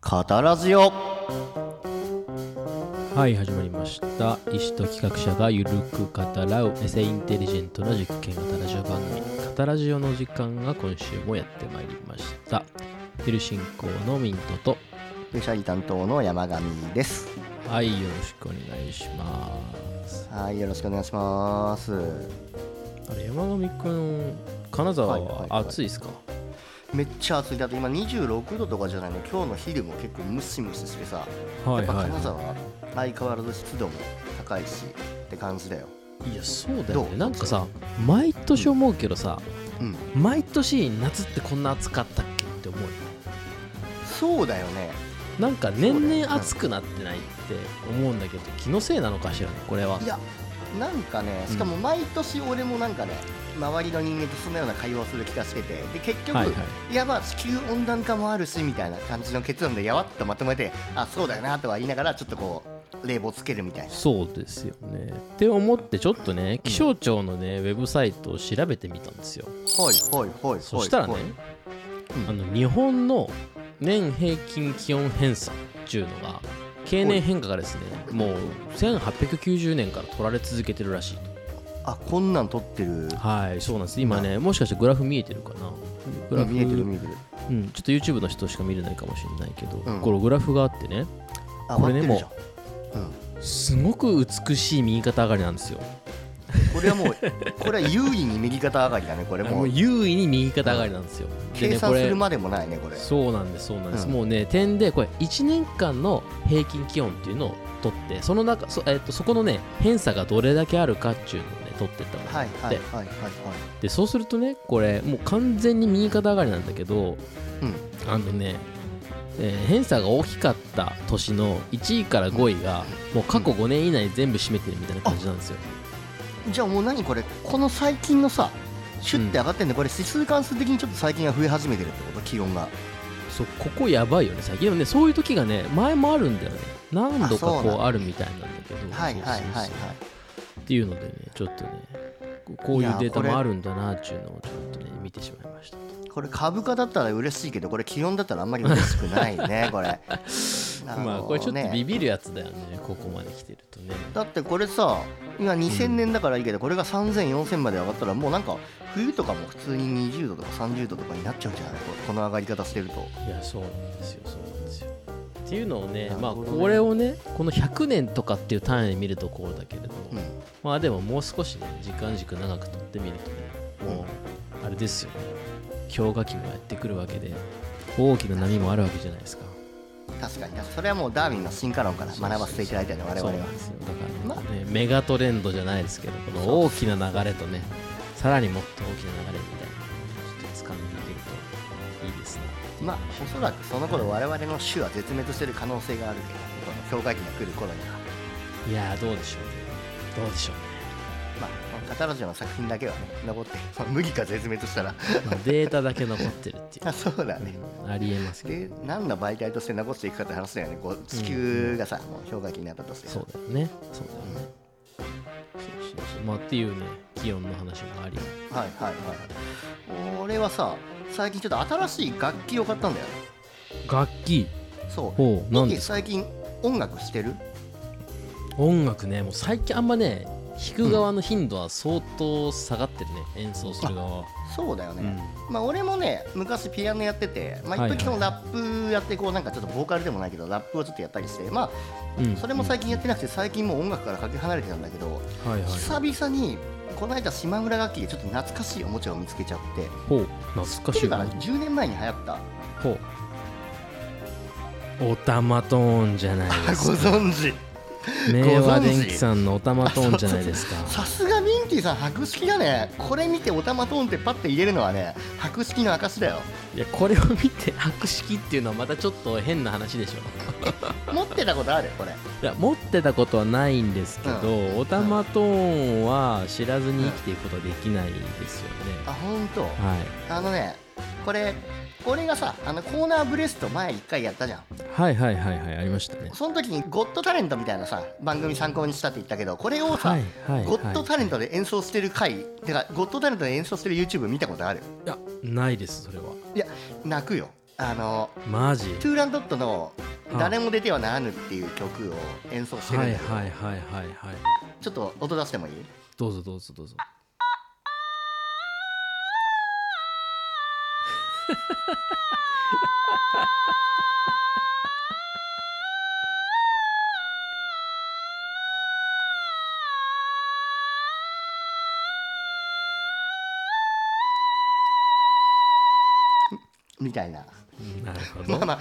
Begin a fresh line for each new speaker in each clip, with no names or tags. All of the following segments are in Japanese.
語らずよ
はい始まりました医師と企画者がゆるく語らうエセインテリジェントな実験型ラジオ番組「カタラジオ」の時間が今週もやってまいりました昼進行のミントと
スペシャリ担当の山上です
はいよろしくお願いします
はいよろしくお願いします
あれ山上くん金沢
はいはい
は
はい
暑いですか、
めっちゃ暑いだって今26度とかじゃないの今日の昼も結構ムシムシしてさやっぱ金沢は相変わらず湿度も高いしって感じだよ
いやそうだ
ど
よね
う
なんかさ毎年思うけどさ、
うん
毎年夏ってこんな暑かったっけって思うよ
そうだよね
なん
そ
か
う
年
だよ
々暑くなってないって思うんだけど気のせいなのかしらねこれはい
やなんかねしかも毎年俺もなんかね周りの人間とそんなような会話をする気がしててで結局、
はいはい
いやまあ地球温暖化もあるしみたいな感じの結論でやわっとまとめてあそうだよなとは言いながらちょっとこう冷房つけるみたいな
そうですよねって思ってちょっとね気象庁のねウェブサイトを調べてみたんですよ
はいはいはい
そしたらね
うん
あの日本の年平均気温偏差っていうのが経年変化がですねもう1890年から取られ続けてるらしい
あこんなん撮ってる
はいそうなんです今ねもしかしてグラフ見えてるかなグラフ
見えてる見えてる
うん、ちょっと YouTube の人しか見れないかもしれないけど、
うん
このグラフがあってね
あ
これね
割ってるじゃんうん
すごく美しい右肩上がりなんですよ
これはもう これは優位に右肩上がりだねこれも
もう
う
優位に右肩上がりなんですよ、で
計
ねこ
算す
れ
るまでもないねこれ
そうなんですそうなんです、
うん
もうね点でこれ1年間の平均気温っていうのを取ってその中そ,、えっとそこのね偏差がどれだけあるかっていうのをね取ってったの、
はいはいはい
で
はいはい
でそうするとねこれもう完全に右肩上がりなんだけど
うん
あのね、えー偏差が大きかった年の1位から5位がもう過去5年以内全部占めてるみたいな感じなんですよ、
じゃあもう何これこの最近のさシュッて上がってんでこれ指数関数的にちょっと最近は増え始めてるってこと気温が
そうここやばいよね最近でもねそういう時がね前もあるんだよね何度か
あそうなん
こう
だ
あるみたいなんだけど
はい
そう
はいはい
そう
はいう
そっていうのでねちょっとねここういうデータ
いやこれ
もあるんだなっていうのをちょっとね見てしまいました
これ株価だったら嬉しいけどこれ気温だったらあんまり嬉しくないね これあの
まあこれちょっとビ
ね
ビるやつだよねここまで来てるとね
だってこれさ今2000年だからいいけど、これが30004000まで上がったらもうなんか冬とかも普通に20度とか30度とかになっちゃうんじゃないここの上がり方してると
いやそうなんですよそうなんですよっていうのをね
なる
まあ
ほどね
これをねこの100年とかっていう単位で見るとこうだけれど、
うん
まあでももう少しね時間軸長くとってみるとねもうあれですよね氷河期もやってくるわけで大きな波もあるわけじゃないですか
確かにだからそれはもうダーウィンの進化論から学ばせていただいたよね我
そう
々
な
は
んですよだからね、メガトレンドじゃないですけどこの大きな流れとねさらにもっと大きな流れみたいなのをちょっと掴んでいけるといいですね
まあおそらくその頃我々の種は絶滅してる可能性があるけどこの氷河期が来る頃にはい
やーどうでしょうねどうでしょうね
まあカタロジオの作品だけはね残ってまあ無理か絶滅したら
まあデータだけ残ってるってい
あそうだ ね
う、うんありえますけ
で何の媒体として残していくかって話だよねこう地球がさ、もう氷河期になったとして
どそうだよねそうだよねそうそうそうまあっていうね気温の話もあり
はいはいはい俺はさ最近ちょっと新しい楽器を買ったんだよね
楽器
そう
ほうなん
ミ
で
キ
す
最近音楽してる
音楽ねもう最近あんまね弾く側の頻度は相当下がってるね、演奏する側は、
そうだよ
うん
ね、まあ俺もね昔ピアノやっててまあ
は
一
いはい
時そのラップやってこうなんかちょっとボーカルでもないけどラップをちょっとやったりしてま
うん
あそれも最近やってなくて最近もう音楽からかけ離れてたんだけど
はいはい
久々にこの間島村楽器でちょっと懐かしいおもちゃを見つけちゃって
ほう懐
知
か
っ
してい
るか
な
な10年前に流行った
ほうおたまトーンじゃない
ご
ですか
存知
明和
ご存知
電機さんのおたまトーンじゃないですか
さすがミンティさん博識だねこれ見ておたまトーンってパッて入れるのはね博識の証だよ
いやこれを見て白色っていうのはまたちょっと変な話でしょ
持ってたことあるこれ
いや持ってたことはないんですけど、
うん
おたまトーンは知らずに生きていくことはできないですよね、
あ本当。
はい、
あのねこれ俺がさあのコーナーブレスト前一回やったじゃん
はいはいはいはいありましたね
その時にゴッドタレントみたいなさ番組参考にしたって言ったけどこれをさ、
はいはいはい
ゴッドタレントで演奏してる回てかゴッドタレントで演奏してる YouTube 見たことある
いやないですそれは
泣くよあの
マジ
トゥーランドットの「
はい
誰も出てはならぬ」っていう曲を演奏してる
は
ん
い
ですよ
はいはいはいはい
ちょっと音出してもいい
どうぞどうぞどうぞ
みたいな
なるほ
ま
ど
あまあ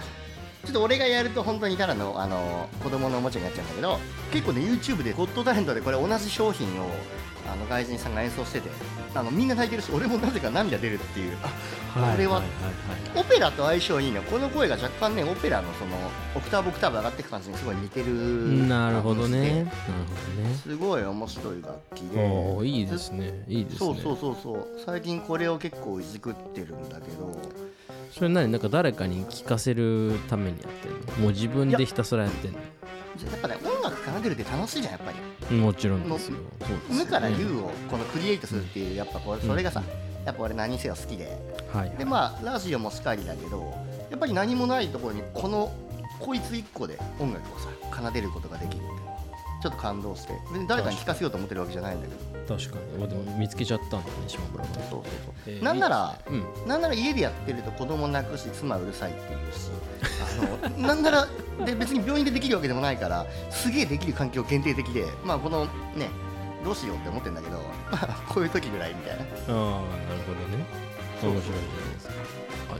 ちょっと俺がやると本当にただのあの子供のおもちゃになっちゃうんだけど結構ね YouTube で「ゴッドタレント」でこれ同じ商品をあの外人さんが演奏しててあのみんな泣いてるし俺もなぜか涙出るっていうあ
い
これはいオペラと相性いいのこの声が若干ねオペラのそのオクターブオクターブ上がっていく感じにすごい似て
い
る
なるほどねなる
感
ほどね
じですごい面白い楽器で
おおいいですねいいですね
そうそうそうそう最近これを結構いじくってるんだけど
それ何なんか誰かに聞かせるためにやってんのもう自分でひたすらやってん
やっぱね音楽奏でるって楽しいじゃんやっぱり
のもちろんですよそうですよ
無
ね
から有をこのクリエイトするっていうやっぱこれ
うん
それがさやっぱ俺何せよ好きで
はいはい
でまあラジオもしかりだけどやっぱり何もないところにこのこいつ一個で音楽をさ奏でることができるってちょっと感動して別に誰かに聞かせようと思ってるわけじゃないんだけど
確かにまあでも見つけちゃったんだね島村が
そうそうそう
えー
なんなら
いいですね
なんなら家でやってると子供泣くし妻うるさいっていうしあの なんならで別に病院でできるわけでもないからすげえできる環境限定的でまあこのねどうしようって思ってるんだけど、まあ、こういう時ぐらいみたいな
うんああなるほどね
そう
面白いじゃないですか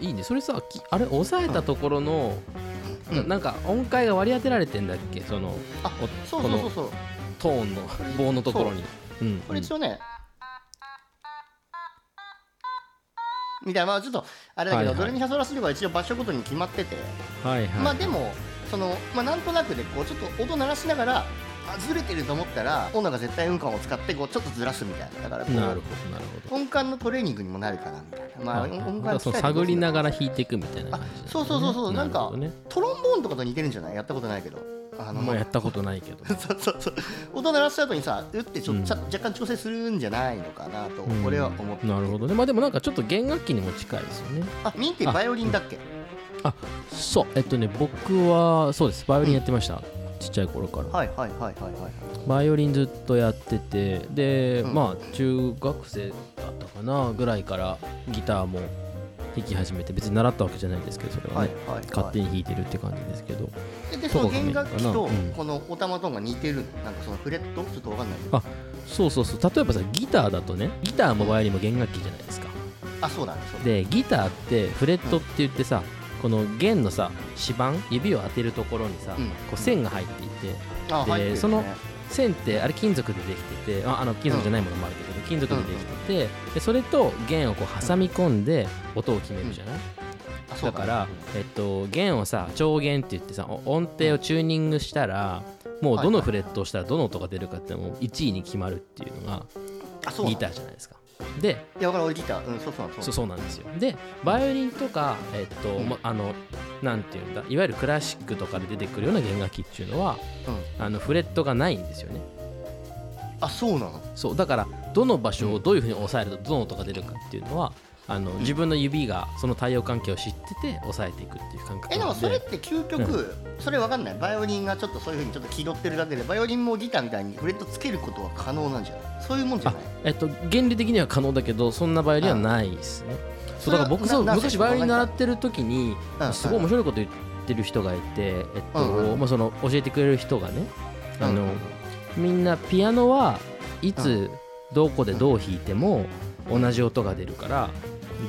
あいいねそれさきあれ押さえたところの、
うん
ななんか音階が割り当てられてんだっけその
あ
お
そうそ
こ
う
の
そうそう
トーンの棒のところにうん
これ一応ね、みたいなまあちょっとあれだけど、
はいは
ド
い
レミファソラシドが一応場所ごとに決まってて、
うんはいはい
まあでもその、まあ、なんとなくでこうちょっと音鳴らしながらあずれてると思ったら音が絶対音感を使ってこうちょっとずらすみたいなだからこう
なるほどなるほど
音感のトレーニングにもなるかなみたいな、まあ、
はいはい
音
だか
感鍛
らそ
え
の
て
探りなが
ど
ら
うす
弾いていくみたいな感じなんだね、
そうそうそうそうなんか
るほどね
るかトロンボーンとかと似てるんじゃないやったことないけどあの
まあや
う
ったことないけど
そうそうそう音鳴らした後にさ打ってちょ、
うん
ちゃ若干調整するんじゃないのかなと
うん
俺は思って、
なるほどねまあでもなんかちょっと弦楽器にも近いですよね
あミンってバイオリンだっけ
そうえっとね僕はそうですバイオリンやってました、ちっちゃい頃から
はいはいはいはいはい
バイオリンずっとやっててで、
うん
まあ中学生だったかなぐらいからギターも弾き始めて別に習ったわけじゃないんですけどそれは
はい
ね、
はいはい
勝手に弾いてるって感じですけど
ででその弦楽器
そう
と
かうん
このおたまとんが似てるのなんかそのフレットちょっとわかんないけど
そうそうそう例えばさギターだとねギターもバイオリンも弦楽器じゃないですか
あそうだねそうだね
でギターってフレットって言ってさ、この弦のさ指板指を当てるところにさ、
うん
こう線が入っていて
あ
で
入ってるね
その線ってあれ金属でできててああの金属じゃないものもあるけど、金属でできててでそれと弦をこう挟み込んで音を決めるじゃない、
あそう
だから、えっと、弦をさ調弦って言ってさお音程をチューニングしたらもうどのフレットをしたらどの音が出るかってもう1位に決まるっていうのが
あそうな
ギ
んだ
ターじゃないですか。で
いやわかる俺ギターうんそうそうなんだ
そう
う
そうなんですよでバイオリンとかえっと、
うん
まあのなんていうんだいわゆるクラシックとかで出てくるような弦楽器っていうのは
なん
あのフレットがないんですよね
うんあそうなの
そうだからどの場所をどういうふうに押さえるとどの音が出るかっていうのはあの自分の指がその対応関係を知ってて押さえていくっていう感覚
えで
な
も
の
それって
で
究極それわかんないバイオリンがちょっとそういうふうにちょっと気取ってるだけでバイオリンもギターみたいにフレットつけることは可能なんじゃないそういうもんじゃ
あ
ない
えっと原理的には可能だけどそんなバイオリンはないですねそうだから僕
それ
そ
は
う
ななぜ
昔バイオリン習ってる時に
うん
すごい面白いこと言ってる人がいて、えっ
うんう
と
ん
まあ、その教えてくれる人がねあ
うん
のみんなピアノはいつどこでどう弾いても同じ音が出るから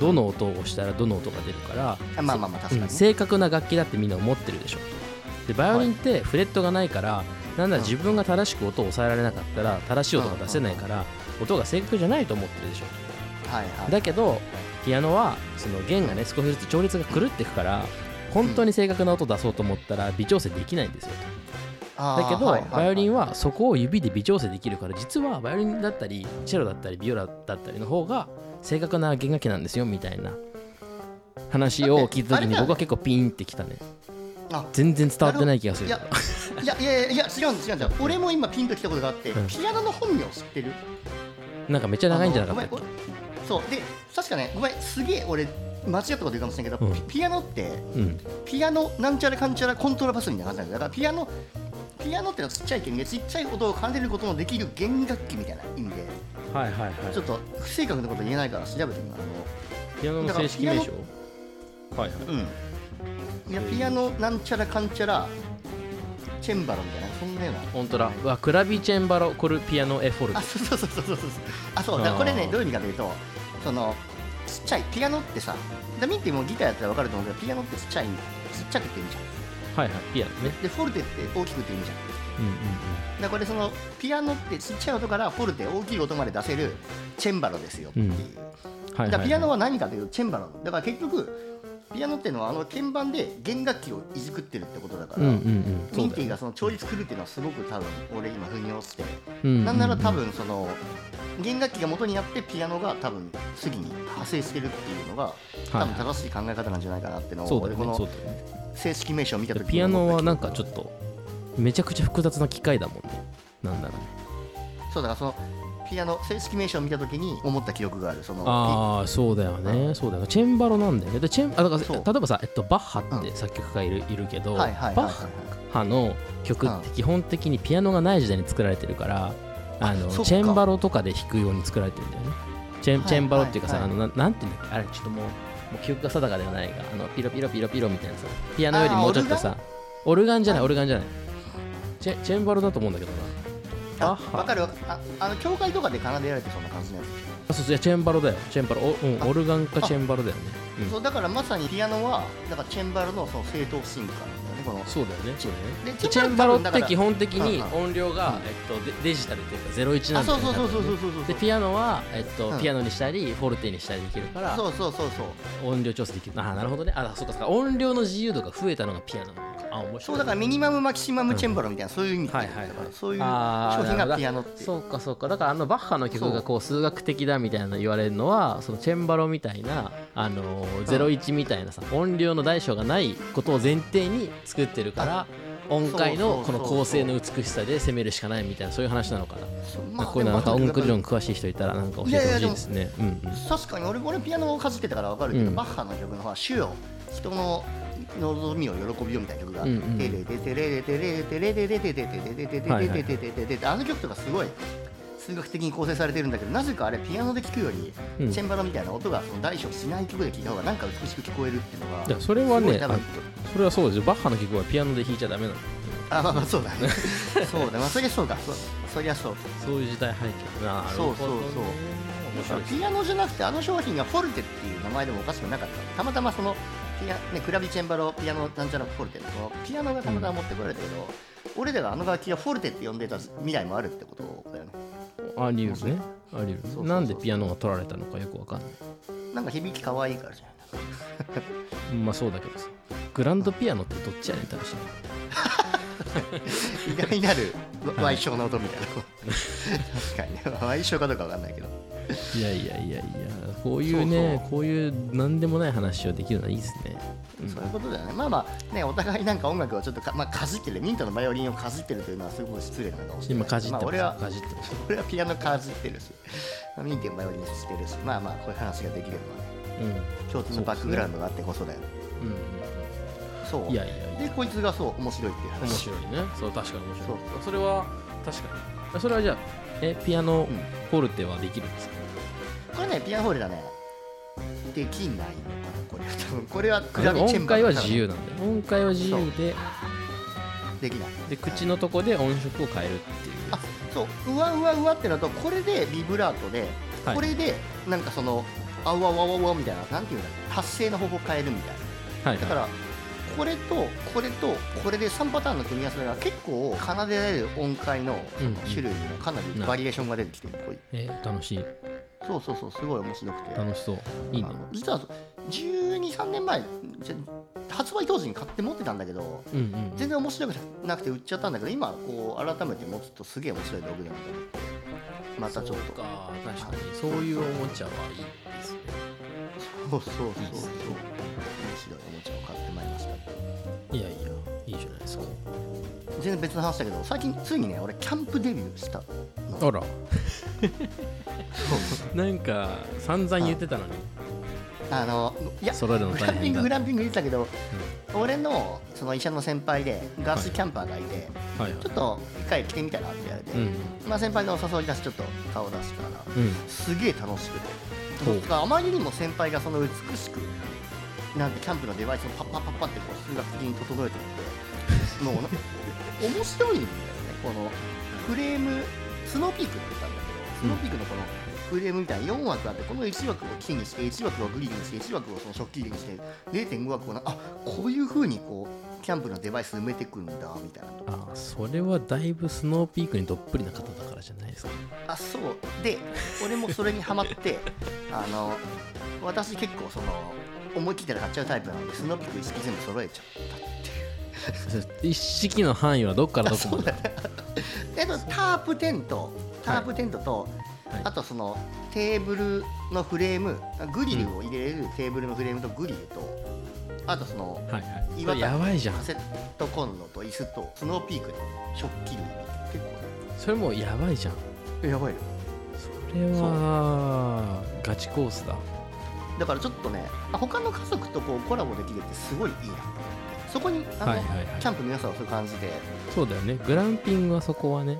どの音を押したらどの音が出るから
あまあまあまあ確か
うん
にね
正確な楽器だってみんな思ってるでしょでバイオリンってフレットがないから、なんなら自分が正しく音を抑えられなかったら正しい音が出せないから、音が正確じゃないと思ってるでしょ
はいはい
だけどピアノはその弦がね少しずつ調律が狂っていくから本当に正確な音を出そうと思ったら微調整できないんですよ
あー
だけど
はいはいはい
バイオリンはそこを指で微調整できるから実はバイオリンだったりチェロだったりビオラだったりの方が正確な弦楽器なんですよみたいな話を聞いた時に
だってあれだよね
僕は結構ピンってきたね
あ
全然伝わってない気がする
いやいやいやいやいや違うんです違うんです俺も今ピンときたことがあって、
うん
ピアノの本名知ってる
なんかめっちゃ長いんじゃなかった
あ
っ
のごめんおそうで確かねごめんすげえ俺間違ったこと言うかもしれないけど、
うん
ピピアノって
うん
ピアノなんちゃらかんちゃらコントラバスみたいな感じなんだよだからピアノピアノってのはちっちゃい弦でちっちゃい音を奏でることのできる弦楽器みたいな意味で
はいはいはい
ちょっと不正確なこと言えないから調べてみます
ピアノの正式名称はいはい
うんいやピアノなんちゃらかんちゃらチェンバロみたいなそんなような
本当だうわクラビチェンバロコルピアノエフォルテ
あそうそうそうそうそうそうあそうだからこれねどういう意味かというとそのちっちゃいピアノってさダミーってもうギターやったらわかると思うけどピアノってちっちゃいちっちゃくていいじゃん
はいはいピアノね
でフォルテって大きくていいじゃん
うんうん
だからこれそのピアノってちっちゃい音からフォルテ大きい音まで出せるチェンバロですよっていう、
うんうんはい
だか
は
ら
い
ピアノは何かというとチェンバロだから結局ピアノっていうのはあの鍵盤で弦楽器をいじくってるってことだから、
うんうんうん
ミ
そう
ン
だ
ティ
よ
がその調律狂うっていうのはすごく多分俺今腑に落ちて、
ううう
なんなら多分その弦楽器が元になってピアノが多分次に派生してるっていうのが多分正しい考え方なんじゃないかなってのを、
そうだ
俺
よ
こ
ねそう
の
だよね
正式名称を見た時に
ピアノ
思っ
は
た
なんかちょっとめちゃくちゃ複雑な機械だもんねなんだろうね
そうだからそのピアノ正式名称を見た時に思った記憶があるその
ああそうだよねそうだよねチェンバロなんだよねでチェンあだか
そ
ら
う
例えばさ、えっと、バッハって作曲家いる,、いるけど、
はいはいはい
バ
はい
ッハの曲っ
う
て
ん
基本的にピアノがない時代に作られてるから、あの
そっか
チェンバロとかで弾くように作られてるんだよねチェン,、
はい
チェンバロっていうかさ、
はいはい
あのななんていうんだっけあれちょっともうもう記憶が定かではないがあのピロピロピロピロみたいなさピアノよりもうちょっとさオルガンじゃないオルガンじゃないチェチェンバロだと思うんだけどなバ
あ
ッハ
わかるわかるああの教会とかで奏でられてそんな感じのやつ
あそうそういやチェンバロだよチェンバロお、うん、
あ
オルガンかチェンバロだよねうん
そうだからまさにピアノはだからチェンバルのその正当進化なんだよねこの
そうだよね。そうだよね
で
チェンバロっ
チェンバロって
て基本的に
だから
音量
うん
が
うん、
えっと、デデジタルというか01な
あ
んだ
そ
よ
う
ね
そうそうそう
多
そうそ
分ね
うそう
でピアノは、えっと
うん
ピアノにしたりフォルテにしたりできるから
そうそうそうそう
音量調整できるあーなるほどねあそうかそうか音量の自由度が増えたのがピアノなのかあ面白い
そうだからミニマムマキシマムチェンバロみたいなそういう意味だ
は
か
いはいはい
らそういう
あー
商品がピアノっていう
そうかそうかだからあのバッハの曲がこう数学的だみたいなの言われるのはそのチェンバロみたいな、あのー、01みたいなさ音量の大小がないことを前提に作ってるから音階のこの構成の美しさで攻めるしかないみたいなそういう話なのかな、
そう
ま
ま
あ、
あ
こういうのなんか
でも
音楽理論詳しい人いたらなんか教えてほしいですねうんうん
確かに俺俺ピアノをかじってたから分かるけど、
うん
バッハの曲の方は「主よ人の望みを喜びよ」みたいな曲が「
うんうん
テレテテレテレテレテレテテレテテレテ
はいは
テ
い
テテテテ」あの曲とかすごい数学的に構成されてるんだけどなぜかあれピアノで聴くより
うん
チェンバロみたいな音がその大小しない曲で聴いた方がなんか美しく聞こえるっていうのが
いやそれはね
すごい多分
それはそうですよバッハの曲はピアノで弾いちゃダメなの
あまあまあそうだ ねそうだまあそりゃそうだそそりゃそう
そういう時代背景なるほどね
そうそうそう
面白いですね
ピアノじゃなくてあの商品がフォルテっていう名前でもおかしくなかったたまたまそのピア、ね、クラビチェンバロピアノなんちゃらフォルテのそのピアノがたまたま持ってこられたけど、俺らがあの楽器がフォルテって呼んでた未来もあるってことだよね
あり得るねあり
そうそうそ
得
う
るなんでピアノが取られたのかよくわかんない
なんか響き可愛いからじゃない
まあそうだけどさグランドピアノってどっちやねんって話
意外なる わ
はい
矮小な音みたいな確かにね矮小かどうかわかんないけど
いやいやいやいやこういうねこういう何でもない話をできるのはいいですねうん
そういうことだよねまあまあねお互いなんか音楽をちょっとか,、まあ、かじってるミントのバイオリンをかじってるというのはすごい失礼なのかもしれない
今かじって
まあ、
ます
俺は
かじってます
俺はピアノかじってるし、まあ、ミンティもバイオリンしてるしまあまあこういう話ができるのはね
うんうん
共通のバックグラウンドがあってこそだよそう
うんいやいやい
で
や
こいつがそう面白いっていう
面
話
白いねそう確かに面白い
そう
それは確かにそれはじゃあえピアノ
うん
フォルテはできるんですか
これねピアノホールだねできないのかなこれ多分これはクラビチェ
音
ンバ
階
ロ
は
だから
自由なんだよ音階は自由で
できない
で口のとこで音色を変えるっていう
あそううわうわうわってのとこれでビブラートで、
はい
これでなんかそのあうわうわうわうわみたいななんていうんだろう発声の方法変えるみたい
はい
なだか
は
らこれとこれとこれで3パターンの組み合わせが結構奏でられる音階の
うんうん
種類にもかなりバリエーションが出てきてるっぽい
いえ楽しい
そうそうそうすごい面白くて
楽しそういいね
あの実は1 2 3年前じゃ発売当時に買って持ってたんだけど
うんうんうん
全然面白くなくて売っちゃったんだけど今こう改めて持つとすげえ面白い道具だなと思ってまたちょっ
そう
と
か確かにそういうおもちゃはいいですね
そうそうそうそう
いいっすね
面白いおもちゃを買ってまいりました
いやいやいいじゃないですか
全然別の話だけど最近ついにね俺キャンプデビューしたの
あ らなんか散々言ってたのに
あのいや
揃えるの
グ
大
ランピ
変
ン
だ
ググランピング言ってたけど、俺のその医者の先輩でガスキャンパーがいて、
はいはい
ちょっと一回来てみたらって言われて、
うん
まあ、先輩のお誘い出しちょっと顔出したら
うん
すげえ楽しくて
ほう
だからあまりにも先輩がその美しくなんてキャンプのデバイスをパッパッパッパッってこう数学的に整えてって もうな面白いんだよねこのフレームスノーピークだったんだけどスノーピークのこのフレームみたいに4枠あってこの1枠を木にして1枠をグリルにして1枠をその食器入れにして0.5枠をなあこういうふうにこうキャンプのデバイス埋めてくんだみたいなと
あそれはだいぶスノーピークにどっぷりな方だからじゃないですか
あそうで俺もそれにハマって あの私結構その思い切ったら買っちゃうタイプなのでスノーピック一式全部揃えちゃ
それ一式の範囲はどっからどこまで
うであとタープテントタープテントと、
はい
あとそのテーブルのフレームグリルを入れれるテーブルのフレームとグリルと、あとその
はいはいそ
岩
れ
田
やばいじゃん
カセットコンロと椅子とスノーピークの食器類結構
それもうやばいじゃん
ねやばいよ
それはガチコースだ
だからちょっとねあ他の家族とこうコラボできるってすごいいいなそこにあの、
はいはいはい
キャンプの良さをそういう感じで
そうだよねグランピングはそこはね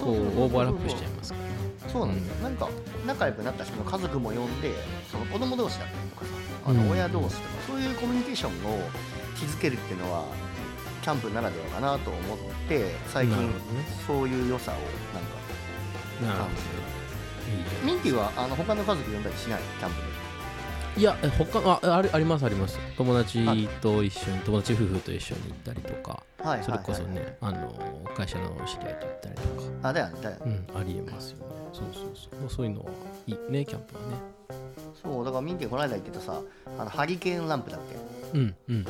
こうオーバーラップしちゃいますから
ますそうなんだよ、なんか仲良くなった人の家族も呼んでその子供同士だったりとかさあ
うん
の親同士とか、そういうコミュニケーションを築けるっていうのはキャンプならではかなと思って最近
なるほどね
そういう良さをなんか
なる
感
ほ
じてる
どいいね
ミンティはあの他の家族呼んだりしないキャンプで
いやえ他あありありますあります友達と一緒に友達夫婦と一緒に行ったりとか
はいはい
それこそ
はいはい
ねあの会社の知り合いと行ったりとか
あだよねだよね
うんありえますよねそうそうそうまあそういうのはいいねキャンプはね
そうだからミンティこの間言ってたさあのハリケーンランプだっけ
うんうんうん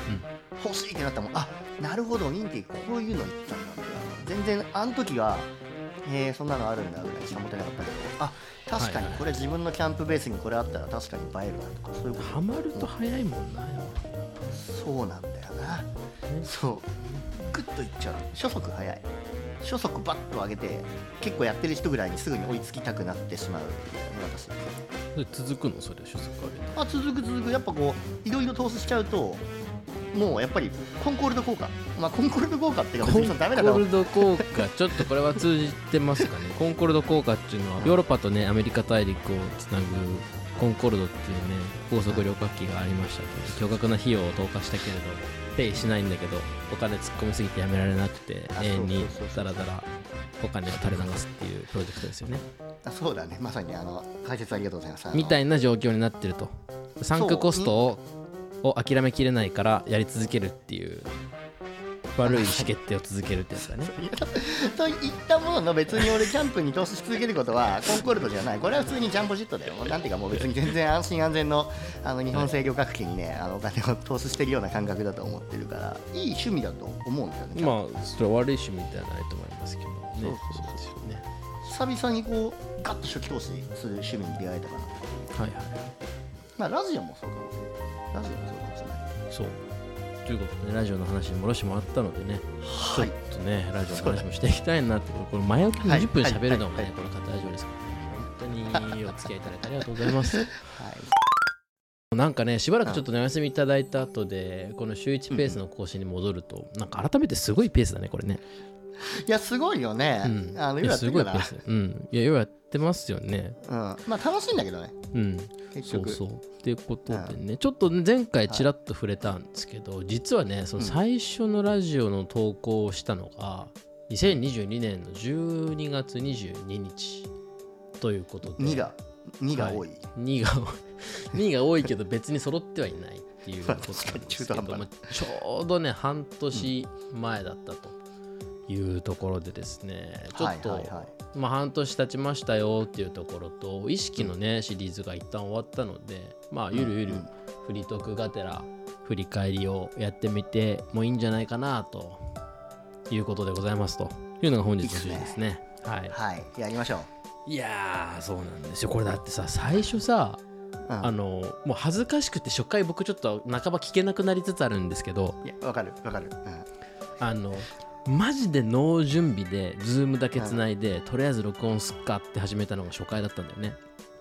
欲しいってなったもんあなるほどインティこういうの言ってたんだって全然あの時はへえそんなのあるんだぐらいしか思ってなかったけどあ確かに
はいはい
これ自分のキャンプベースにこれあったら確かに映えるなとかそういうこ
ハマると早いもんなやっぱ
とそうなんだよな
りね
そうグッといっちゃう初速早い初速バッと上げて結構やってる人ぐらいにすぐに追いつきたくなってしまうんだよね私
それ続くのそれ所属あげ
あ続く続くやっぱこういろいろ投資しちゃうともうやっぱりコンコールド効果まあコンコールド効果っていうか別にそのダメだ
コ
か
ンコ
ら
ルド効果ちょっとこれは通じてますかね コンコルド効果っていうのはヨーロッパとねアメリカ大陸をつなぐコンコルドっていうね高速旅客機がありましたけど巨額な費用を投下したけれどペイしないんだけどお金突っ込みすぎてやめられなくて
あ
永遠に
そうそうそ
ダ
うそ
ラ
う
ダラお金を垂れ流すっていうプロジェクトですよね
あそうだねまさにあの解説ありがとうございますあの
みたいな状況になってるとサンクコストをを諦めきれないからやり続けるっていう悪い意思決定を続けるってやつだね
と言ったものの別に俺ジャンプに投資し続けることはコンコルドじゃないこれは普通にジャンボジェットだよもうなんていうかもう別に全然安心安全のあの日本製旅客機にねあのお金を投資してるような感覚だと思ってるからいい趣味だと思うんだよね、
まあそれは悪い趣味ではないと思いますけどね
そうそう
そうですよね
久々にこうガッと初期投資する趣味に出会えたかな
はいはい
まあラジオもそうかもしれないラジオもそうかもしれない
そうということでラジオの話に戻してもらったのでね、
はい
ちょっとねラジオの話もしていきたいなってこれ前置き
はい
20分喋るのも
は
ね、
いはい
この方ラジオですからね本当にお付き合いいただいてありがとうございま す
はい
なんかねしばらくちょっとねお休みいただいた後でこの週1ペースの更新に戻ると、なんか改めてすごいペースだねこれね
いやすごいよね、
うん
あの
い
今
や
やって
す
る
ご
か
い
ら、う
ペースうんいやようやってますよね
ん、まあ楽しいんだけどね
うん
結
そう
局
そう。っていうことでね、ちょっと前回ちらっと触れたんですけど、実はね、その
うん
最初のラジオの投稿をしたのが、2022年の12月22日ということで、
2が2が多い、
2が 2が多いけど別に揃ってはいないっていうことなんです
確かに
け
中
ど
途半端
まあ
な
ちょうどね半年前だったというところでですね、ちょっと、
はいはいはい
まあ、半年経ちましたよっていうところと意識のねシリーズが一旦終わったのでまあゆるゆる
うん
フリートークがてら振り返りをやってみてもいいんじゃないかなということでございますというのが本日の趣旨ですね。はい、
はい、やりましょう。
いやーそうなんですよこれだってさ最初さ
うん、
あのもう恥ずかしくて初回僕ちょっと半ば聞けなくなりつつあるんですけど
いや、わかる、わかる。うん
あのマジでノー準備でズームだけつないでとりあえず録音すっかって始めたのが初回だったんだよね。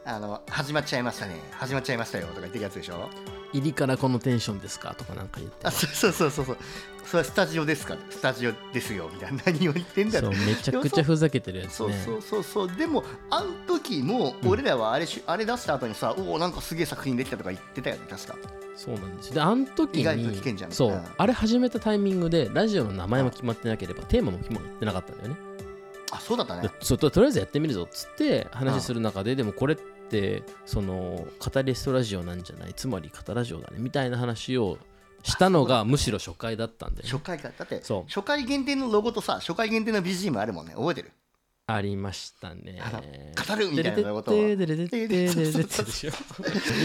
あの始まっちゃいましたね始まっちゃいましたよとか言ってるやつでしょ
入りからこのテンションですかとかなんか言って
あそうそうそうそうそれはスタジオですかスタジオですよみたいな何を言ってんだ
そ
ろ
う
う
めちゃくちゃふざけてるやつ
そう
ね
そうそうそうでもあの時も
うん
俺らはあれ,、あれ出した後にさおおなんかすげえ作品できたとか言ってたよね確か
そうなんですよであの時に
意外と危険じゃん
そう、
うん
あれ始めたタイミングでラジオの名前も決まってなければテーマも決まってなかったんだよね
あそうだったね
でそうととりあえずやってみるぞっつって話する中ででもこれってそのカタリストラジオなんじゃないつまりカタラジオだねみたいな話をしたのがむしろ初回だったんで
初回かだって
そう
初回限定のロゴとさ初回限定の BGM あるもんね覚えてる
ありましたね
あの語るみたいなことを
デレデレデレデレデレデレデレでしょ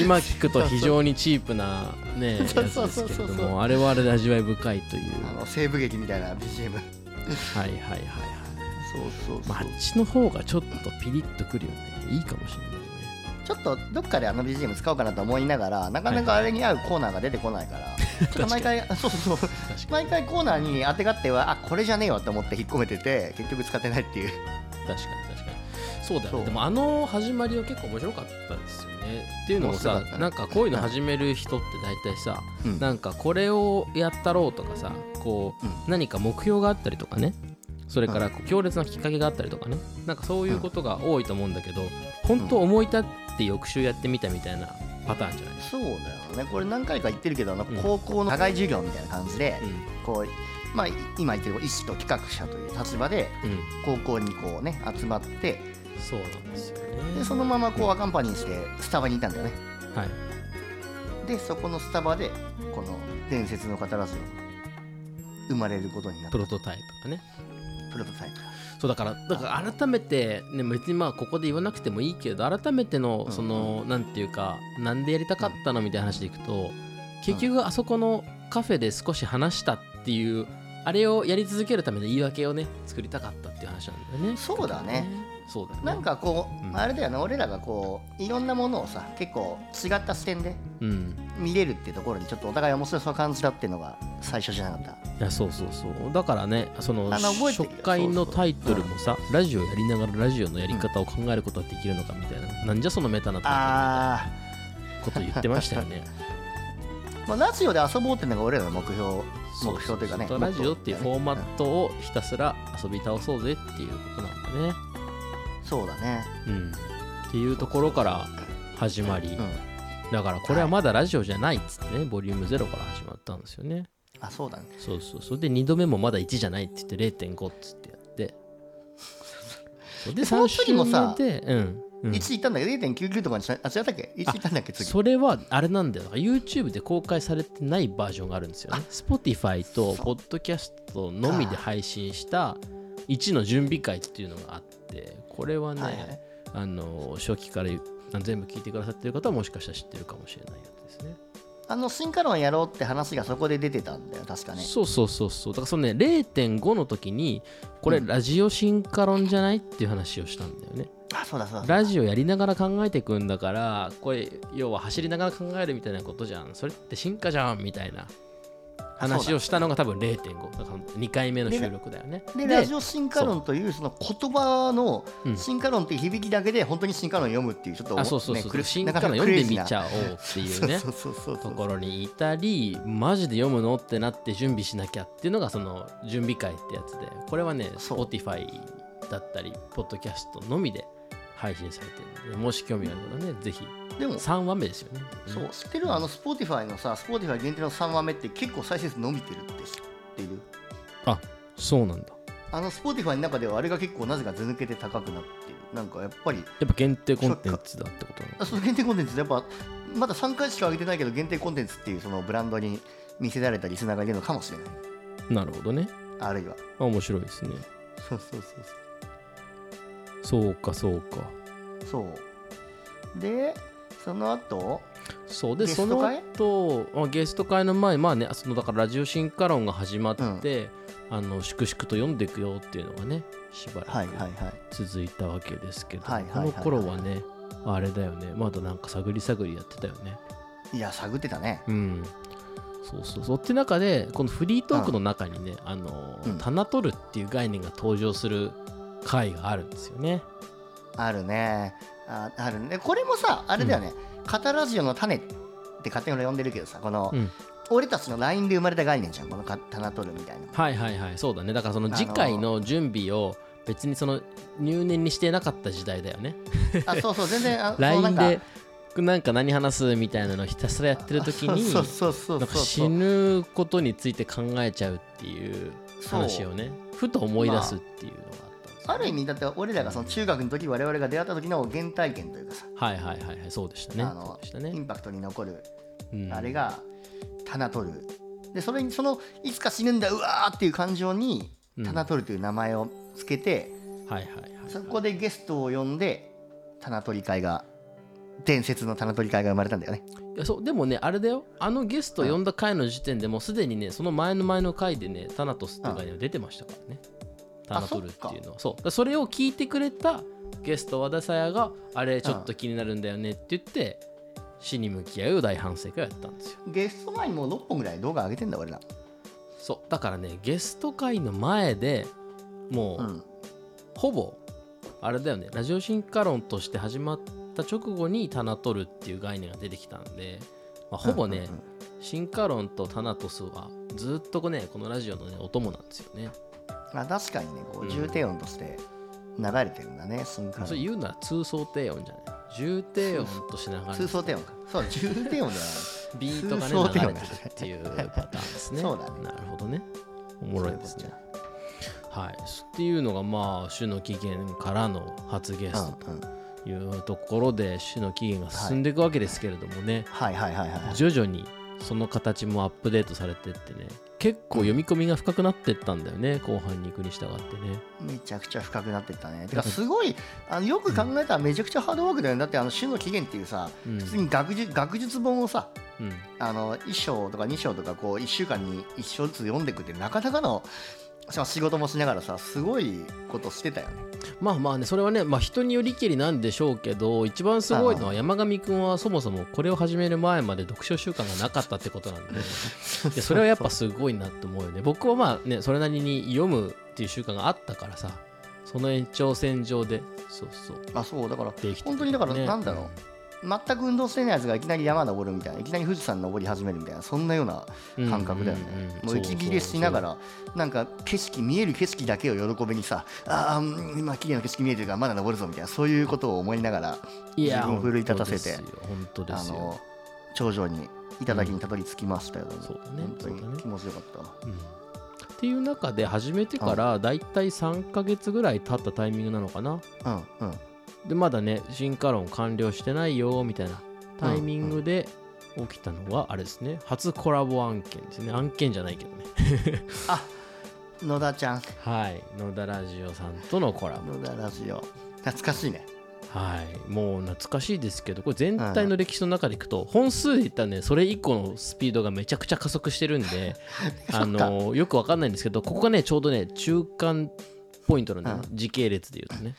今聞くと非常にチープな ねやつ
そうそう
です
そう
け
そう
れどもあれはあれで味わい深いという
あの西部劇みたいな BGM
はいはいはいはい
そうそうそう、
まああっちの方がちょっとピリッとくるよねいいかもしれないね
ちょっとどっかであの BGM 使おうかなと思いながらなかなかあれに合うコーナーが出てこないから、 ちょっと毎回そうそうそう
確か
毎
に
回コーナーに当てがってはあこれじゃねえよと思って引っ込めてて結局使ってないっていう
確かに確かにそうだよ
そ
ね
う
でもあの始まりは結構面白かったですよねっていうのも
面
さ
白かったね
なんかこういうの始める人って大体さ
うん
なんかこれをやったろうとかさこう
うん
何か目標があったりとかねそれからこう強烈なきっかけがあったりとかねなんかそういうことが多いと思うんだけど本当思い立って翌週やってみたみたいなパターンじゃない
そうだよねこれ何回か言ってるけどあの
うん
高校の課外授業みたいな感じで、
う
こうまあい今言ってる医師と企画者という立場で
んうん
高校にこうね集まって
そうなんですよ
で
ね
そのままこうアカンパニーしてスタバにいたんだよね
はい
でそこのスタバでこの伝説の語らず生まれることになっ
プ
た
ロトタイプがね
プロトタイプ
そうだからだから改めて、ね、別にまあここで言わなくてもいいけど改めての
うん
その、なんていうかなんでやりたかったのみたいな話でいくと結局あそこのカフェで少し話したっていうあれをやり続けるための言い訳をね作りたかったっていう話なんだよね
そうだね
そうだね
なんかこう、
うん
あれだよね俺らがこういろんなものをさ結構違った視点で
うん
見れるってところにちょっとお互い面白さを感じたっていうのが最初じゃなかった
いやそうそうそうだからねその
あの覚えてる
初
よ
回のタイトルもさラジオやりながらラジオのやり方を考えることはできるのかみたいな、なんじゃそのメタなタイトルみた
あ
いなこと言ってましたよね
ー、まあ、ラジオで遊ぼうっていうのが俺らの目標目標というかね
そうそうそうラジオっていうフォーマットをひたすら遊び倒そうぜっていうことなんだね。
そうだね
うん、っていうところから始まり、
うん
だからこれはまだラジオじゃないっつってね、ボリューム0から始まったんですよね。
あそうだね
そうそう、それで2度目もまだ1じゃないって言って0.5っつってやって。そう で、
その
3
時
週
もさ
目で、うん。うん
1行ったんだけど0.99とかにしなあ違ったっけ1行ったんだっけ次
それはあれなんだよだから YouTube で公開されてないバージョンがあるんですよね Spotify と
そう
Podcast のみで配信した1の準備会っていうのがあってこれはね、
はいはい
あの初期からあの全部聞いてくださってる方はもしかしたら知ってるかもしれないやつですね
あの進化論やろうって話がそこで出てたんだよ確かね
そうそうそうそうだからそのね0.5の時にこれ
うん
ラジオ進化論じゃないっていう話をしたんだよね
あそうだそうだ
ラジオやりながら考えていくんだからこれ要は走りながら考えるみたいなことじゃんそれって進化じゃんみたいな話をしたのが多分0.5だから2回目の収録だよね
でラジオ進化論というその言葉の
うん
進化論っていう響きだけで本当に進化論を読むっていうちょっと
あそうそう
ね
そう、
苦し
進化論
なかなか
読
ク
ん
レイジ
で
ー
み
な
ちゃおうっていうね
そう そうそうそ
と
う
ころにいたりマジで読むのってなって準備しなきゃっていうのがその準備会ってやつでこれはね
そう
Spotify だったりポッドキャストのみで配信されてるのでもし興味ある方はねぜひ
でも
3話目ですよね
そう知ってるあの Spotify のさ Spotify 限定の3話目って結構再生数伸びてるって知ってる
あそうなんだ
あの Spotify の中ではあれが結構なぜか図抜けて高くなってるなんかやっぱり
やっぱ限定コンテンツだってことなの
あその限定コンテンツやっぱまだ3回しか上げてないけど限定コンテンツっていうそのブランドに見せられたリスナーがいるのかもしれない
なるほどね。
あるいは
あ面白いですね。
そうそうそうそ
そうかそうか。
うそうでその後
そうで
ゲス
そ
ト
の
会
後あゲスト会の前まあねそのだからラジオ進化論が始まって、あの粛々と読んでいくよっていうのがねしば
は
ら
いはいは
く
い
続いたわけですけど、
はいはい
こ
はいは
の
い
頃はねあれだよねまだなんか探り探りやってたよね。
いや探ってたね
うん。そうそうそうって中でこのフリートークの中にね、あの
うん
タナトルっていう概念が登場する回があるんですよね。
あるねああるんでこれもさあれだよね、カタラジオの種って勝手に俺呼んでるけどさこの、
うん
俺たちの LINE で生まれた概念じゃんこのカタナトルみたいな
はいはいはいそうだねだからその
の
次回の準備を別にその入念にしてなかった時代だよね
あそうそう全然あそうなん
LINE
か
でなんか何話すみたいなのをひたすらやってる時に
そうそうそうそ
なん
う
か
そう
死ぬことについて考えちゃうっていう話をねふと思い出すっていうのがあったんですよね
ある意味だって俺らがその中学の時我々が出会った時の原体験というかさ、
はいはいはいはいそうでしたね
あ
そ
の
うでした
イ
ね、
ンパクトに残る
うん
あれが棚取るでそれにそのいつか死ぬんだうわーっていう感情に
うん
棚取るという名前をつけて、
はいはいはいはい
そこでゲストを呼んで棚取り会が伝説の棚取り会が生まれたんだよね
いやそうでもねあれだよあのゲスト呼んだ回の時点でもうすでにねその前の前の回でねタナトスっていう概念が出てましたからね、タナトルっていうのはそうだからそれを聞いてくれたゲスト和田さやがあれちょっと気になるんだよねって言って、死に向き合う大反省会をやったんですよ
ゲスト前にもう6本ぐらい動画上げてんだ俺ら
そうだからねゲスト会の前でもう、
うん
ほぼあれだよねラジオ進化論として始まった直後にタナトルっていう概念が出てきたんで、まあ、ほぼね、
うんうんうん
進化論とタナトスはずっとこうねこのラジオのねお供なんですよね。
まあ、確かにねこ
う
うん重低音として流れてるんだね新刊
それ言うなら通奏低音じゃない。重低音としながら
通奏低音かそう重低音ではない
ビートが
通奏
ね
低
流れ
音
て
だ
るっていうパターンですね。
そうだね
なるほどね。 おもろいです
そう
ね
いう。
はい、っていうのがまあ種の起源からの初ゲスト
うんうん
というところで種の起源が進んでいくわけですけれどもね、
はいはいはいはい
徐々にその形もアップデートされてってね結構読み込みが深くなってったんだよね後半に行くに従ってね。
めちゃくちゃ深くなってったね。てかすご いあのよく考えたらめちゃくちゃハードワークだよね。だってあの種の起源っていうさ、
うん
普通に学術学術本をさ、
うん
あの1章とか2章とかこう1週間に1章ずつ読んでいくってなかなかのしかも仕事もしながらさすごいことしてたよね。
まあまあねそれはね、まあ、人によりけりなんでしょうけど一番すごいのは山上くんはそもそもこれを始める前まで読書習慣がなかったってこと なんででそれはやっぱすごいなと思うよね僕はまあねそれなりに読むっていう習慣があったからさその延長線上でそうそう
あそうだから
できて
本当にだからなんだろう全く運動してないやつがいきなり山登るみたいないきなり富士山登り始めるみたいなそんなような
うん
感覚だよね、もう息切れしながらなんか景色見える景色だけを喜びにさああ今綺麗な景色見えてるからまだ登るぞみたいなそういうことを思いながら
いや
自分を奮い立たせて
本当で
あ
すよ本当ですよ
の頂上に頂にたどり着きましたよ、
そうだね
本当
そうだ
に
ね
気持ちよかったわ
うんっていう中で始めてからだいたい3ヶ月ぐらい経ったタイミングなのかな
うんうん
でまだね進化論完了してないよみたいなタイミングで起きたのはあれですね初コラボ案件ですね案件じゃないけどね
あ野田ちゃん
はい野田ラジオさんとのコラボ
野田ラジオ懐かしいね
はいもう懐かしいですけどこれ全体の歴史の中でいくと本数でいったらねそれ以降のスピードがめちゃくちゃ加速してるん であのよくわかんないんですけどここがねちょうどね中間ポイントなんだよね時系列で言うとね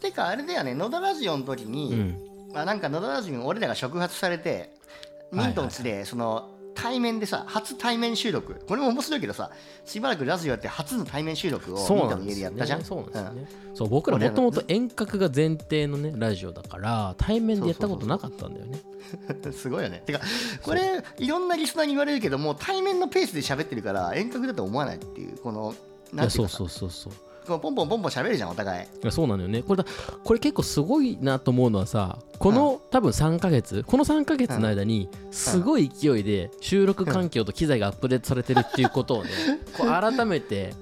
てかあれだよね野田ラジオの時に、
うん
まあ、なんか野田ラジオに俺らが触発されてミントンチでその対面でさ初対面収録これも面白いけどさしばらくラジオやって初の対面収録をミン
そう
ト
な
ン
ん
の
で
家で
すよ
や
ね
ったじゃん
そうなんですよね、そう僕らもともと遠隔が前提のねラジオだから対面でやったことなかったんだよね
すごいよねてかこれいろんなリスナーに言われるけどもう対面のペースで喋ってるから遠隔だと思わないっていうこの
い
なん
や
てい
そうう
かさ
そうそうそう
こうポンポンポンポン喋るじゃんお互い
いやそうなのよねこれだこれ結構すごいなと思うのはさこの、多分3ヶ月この3ヶ月の間にすごい勢いで収録環境と機材がアップデートされてるっていうことをねこう改めて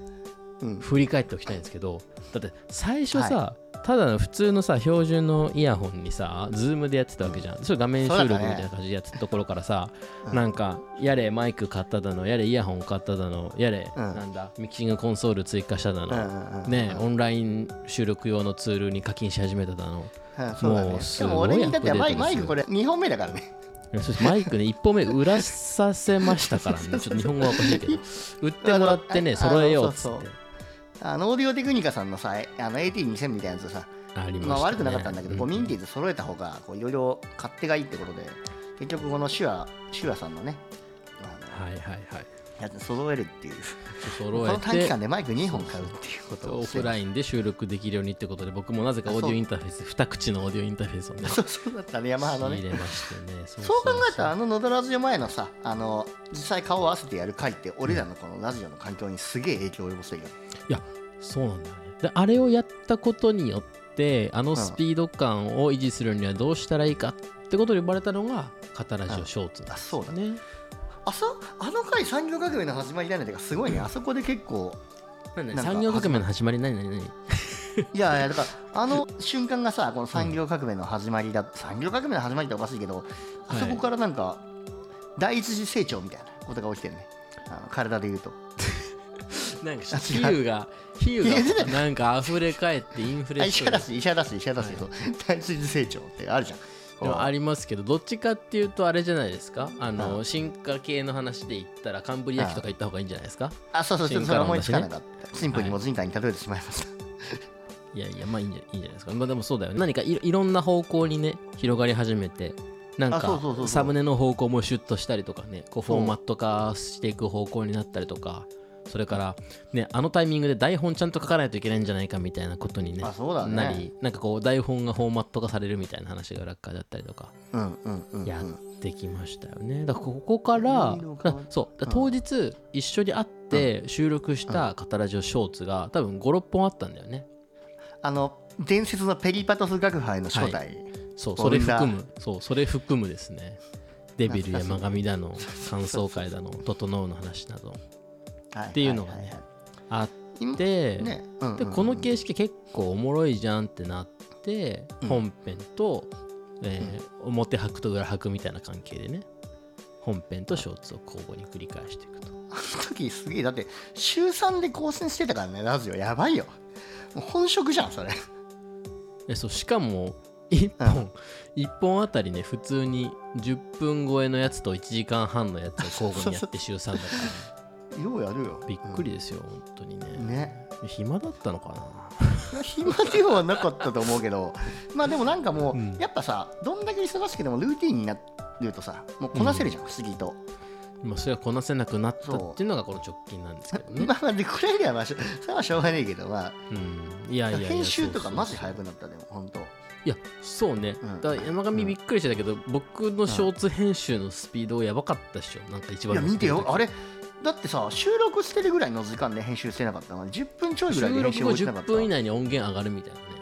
うん
振り返っておきたいんですけどだって最初さ、
は
ただの普通のさ標準のイヤホンにさズームでやってたわけじゃんそれ画面収録みたいな感じでやってたところからさ、
うん
なんかやれマイク買っただのやれイヤホン買っただのやれ、
うん
なんだミキシングコンソール追加しただの、
うんうん
ね、オンライン収録用のツールに課金し始めただの
うんそうだ
もう
ね
す
で
ごい
も俺にだってはマイ
アップデートですよ
マイクこれ2本目だからね
そしてマイクね一本目売らさせましたか らねちょっと日本語はおかしいけど売ってもらってね
あのあ
揃えようっつ
そ
っ
う
て
あのオーディオテクニカさんのさあの AT2000 みたいなやつさ
ありましたね
まあ、悪くなかったんだけど、こうミンテ
ィ
ィーズ揃えた方がこういろいろ勝手がいいってことで結局このシュアシュアさんのねあの
はいはいはい
やつ揃えるっていうこ
揃え
の短期
て
間でマイク2本買うっていうこと
オ
を
フラインで収録できるようにってことで僕もなぜかオーディオインターフェース二口のオーディオインターフェースをね
そうそうだったねヤマハの
仕入
ね
れましてねそ
そう考えたらあ
う
ののどラジオ前のさあの実際顔を合わせてやる回って俺らのこのラジオの環境にすげえ影響を及ぼせるよ
そうなんだよねであれをやったことによってあのスピード感を維持するにはどうしたらいいかってことで呼ばれたのがカタラジオショーツだ
あそうだね
ね
あそあの回産業革命の始まりだねてかすごいねあそこで結構
なん
な
だ
んか
産業革命の始まり何何何
いやいやだからあ の瞬間がさこの産業革命の始まりだ、産業革命の始まりっておかしいけどあそこからなんか、第一次成長みたいなことが起きてるねあの体で言うと
なんか
あ違う
比喩が比 喩がなんか溢れ返ってインフ
あ
レし
医
そ
者
うで
だし医者だし医者だし、
はい
そう第一次成長ってあるじゃん
でもありますけどどっちかっていうとあれじゃないですかあの、
う
進化系の話で言ったらカンブリア紀とか言った方がいいんじゃないですか、
あそうそうそうそ
進化
れ
論
思い
だ
つ
し
か
ね
なかったシンプルにも人体に例えてしまいました、
いやいやまあいいんじゃいいんじゃないですか、まあ、でもそうだよね何かいいろんな方向にね広がり始めてなん
あ
か
そうそうそうそう
サムネの方向もシュッとしたりとかねこう
そ
フ
う
ォーマット化していく方向になったりとかそれからねあのタイミングで台本ちゃんと書かないといけないんじゃないかみたいなことにね
あそうだね
なりなんかこう台本がフォーマット化されるみたいな話が落下だったりとか
うんうんうんうん
やってきましたよね。だからここから
いろいろ変わ
あ
っ
そうだ
うん
当日一緒に会って収録した「カタラジオショーツ」が多分56本あったんだよね。
あの伝説のペリパトス学派への招待、
はそう
そ
そうれ
みんな
含むそうそれ含むですね。デビルや山上 だの感想会だの整うの話など
は
っていうのがね
は
あっ
いはい
て、
ねうんうんうん
でこの形式結構おもろいじゃんってなって、
うん
本編と、えー表拍と裏拍みたいな関係でね本編とショーツを交互に繰り返していくと。
あの時すげえだって週3で更新してたからねラジオやばいよもう本職じゃんそれ
えそうしかも1
う
本、一本あたりね普通に10分超えのやつと1時間半のやつを交互にやって週3だか
ようやるよ
らびっくりですよ、本当にね
うんね
暇だったのか
暇ではなかったと思うけどまあでもなんかもう、
うん
やっぱさどんだけ忙しくてもルーティンになるとさもうこなせるじゃん、不思議と、
な まあそれはこなせなくなった
そう
っていうのがこの直近なんですけど ね、
まあまあでこれ以外はまあしょ それはしょうがないけどまあ
うんいやいやいや
編集とか
そうそうそう
マジ早くなったでも本当
いやそうね、
うん
だから山上びっくりしてたけど、僕のショーツ編集のスピードやばかったっしょなんか一
い
番
や見てよあ
れ
れだってさ収録してるぐらいの時間で編集してなかったのに10分ちょいぐらいで編
収録
集
後
終えてなか
10
った
分以内に音源上がるみたいなね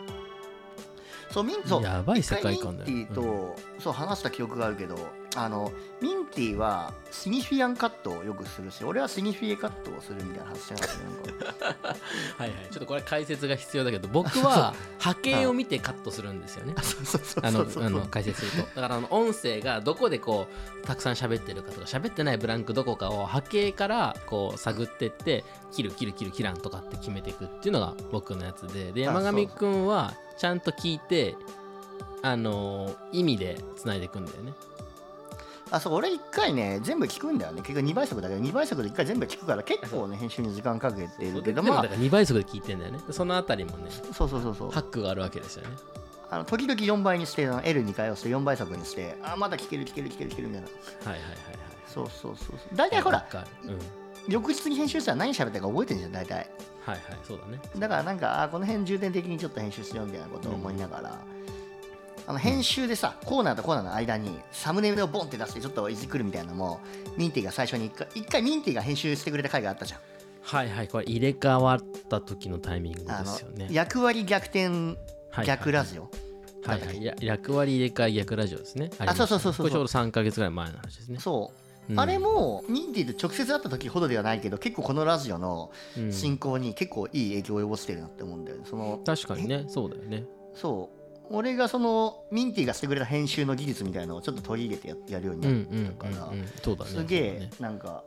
そうミンそう
やばい世界観だよ
一回ミンティと、そう話した記憶があるけどあのミンティはシニフィアンカットをよくするし俺はシニフィエカットをするみたいな話してなかったなんか
はいはい、ちょっとこれ解説が必要だけど僕 は波形を見てカットするんですよね。
そうそうそう
あ
そ
の
うそう
あの解説するとだからあの音声がどこでこうたくさん喋ってるかとか喋ってないブランクどこかを波形からこう探ってって切る切る切る切らんとかって決めていくっていうのが僕のやつでで
あ
山上くんはちゃんと聞いてあのー意味でつないでいくんだよね。
あそう俺一回ね全部聞くんだよね結局2倍速だけど2倍速で一回全部聞くから結構ね編集に時間かけてるけど
でも
ま
だ
あ
から2倍速で聞いてんだよね。でそのあたりもね
そうそうそうそう
ハックがあるわけですよね。
あの時々4倍にして L2 回をして4倍速にしてあまだ聞ける聞ける聞ける聞けるみたいな
はいはいはいはい。
そうそうそうそう大体ほら
わかるうん
翌日に編集したら何喋ったか覚えてるじゃん大体
はいはいそうだね。
だからなんかあーこの辺重点的にちょっと編集しようみたいなことを思いながら、あの編集でさコーナーとコーナーの間にサムネイルをボンって出してちょっといじくるみたいなのもミンティが最初に一回一回ミンティが編集してくれた回があったじゃん
はいはいこれ入れ替わった時のタイミングで
あの
すよね。
役割逆転
はい
逆ラジオ、
はいはい、や役割入れ替え逆ラジオですね。ありました
そうそうそうそう
これちょうど3ヶ月ぐらい前の話ですね。
そう、
うん
あれもミンティと直接会った時ほどではないけど結構このラジオの
うん
進行に結構いい影響を及ぼしてるなって思うんだよねその
確かにね、そうだよね。
そう俺がそのミンティがしてくれた編集の技術みたいなのをちょっと取り入れてややるように
う
なっ
んうん
て
うん
だから
うん、そうだね。
すげ
そうだ
え
ね
なんか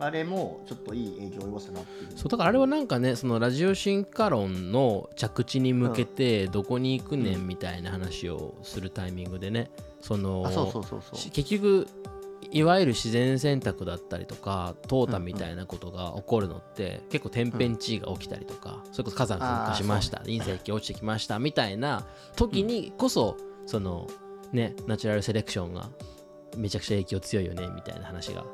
あれもちょっといい影響を及ぼしたなっていう
そうだからあれはなんかねそのラジオ進化論の着地に向けてどこに行くねんみたいな話をするタイミングでねその
あそうそうそうそう
し結局いわゆる自然選択だったりとか淘汰みたいなことが起こるのって、結構天変地異が起きたりとか、それこそ火山噴火しました隕石落ちてきましたみたいな時にこそ、そのねナチュラルセレクションがめちゃくちゃ影響強いよねみたいな話が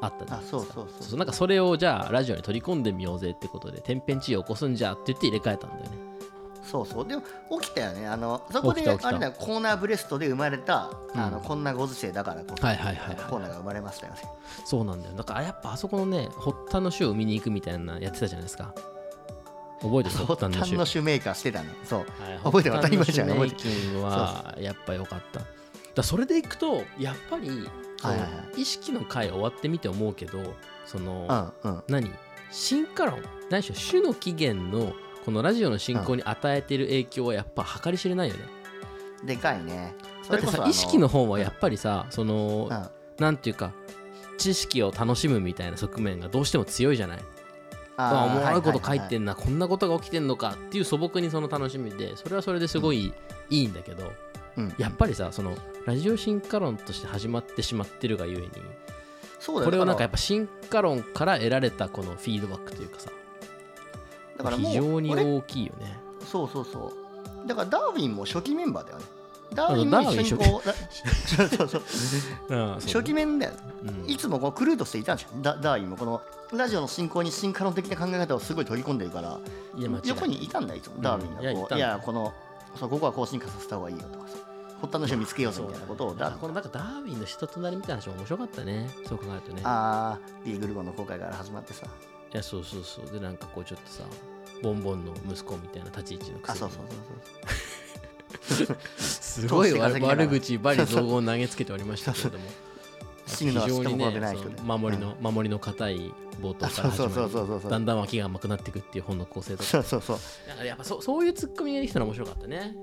あったじゃないですか
あそうそうそう
なんかそれをじゃあラジオに取り込んでみようぜってことで天変地異を起こすんじゃって言って入れ替えたんだよね
そうそうでも起きたよねあのそこで
起きた起きた
あれだよコーナーブレストで生まれた、
うん
あのこんなご時世だからこそ
はいはいはいはい
コーナーが生まれましたよね
そうなんだよだからやっぱあそこのね発端の週を見に行くみたいなのやってたじゃないですか覚えてる
そう
発端の
端
週
のシュメーカーしてたねそう
はい
覚えてる当たり前じゃん
北端の
覚え
シュメイキングはやっぱ良かっただからそれでいくとやっぱりその
はいはいは
意識の回終わってみて思うけどその、
うんうん
何進化論何しろ種の起源のこのラジオの進行に与えてる影響はやっぱ計り知れないよね
でかいねそ
だ
れ
って
こそ
さ
あの
意識の方はやっぱりさその
うん
なんていうか知識を楽しむみたいな側面がどうしても強いじゃないああ
ー
もうあること書い
は
てんな、こんなことが起きてんのかっていう素朴にその楽しみでそれはそれですごいいいんだけど、
はいはいうん
やっぱりさそのラジオ進化論として始まってしまってるがゆえに
そうだよ
これをなんかや
だ
っぱ進化論から得られたこのフィードバックというかさ
だからもう
非常に
俺
大きいよね
そうそうそうだからダーウィンも初期メンバーだよねダーウィン
あ
も
そう
一緒にこうだそうそうそう初期
面、
メンだよ
うん
いつもこうクルーとしていたんじゃんダダーウィンもこのラジオの進行に進化論的な考え方をすごい取り込んでるから
いや間違いない
横にいたんだよいつもダーウィンがこうん
ういやいたんだ
いやこのそうここはこう進化させた方がいいよとかさ発端の人を見つけようぜみたいなことをダーウィン
このなんかダーウィンの人となりみたいな話も面白かったねそう考えるとね
あービーグルゴンの公開から始まってさ
いやそうそうそうでなんかこうちょっとさボンボンの息子みたいな立ち位置のくせ
あ
に
そうそうそうそう
すごい
投資
悪
稼ぎながら
悪口ばり造語を投げつけておりましたけれども
死ぬのは
非
し
常
かも
に
怖く
ね
ない人で
その守りの、守りの硬い冒頭から
あそうそうそうそうそう
始まりだんだん脇が甘くなっていくっていう本の構成とか
そうそうそう
だからやっぱそそういうツッコミができたの面白かったね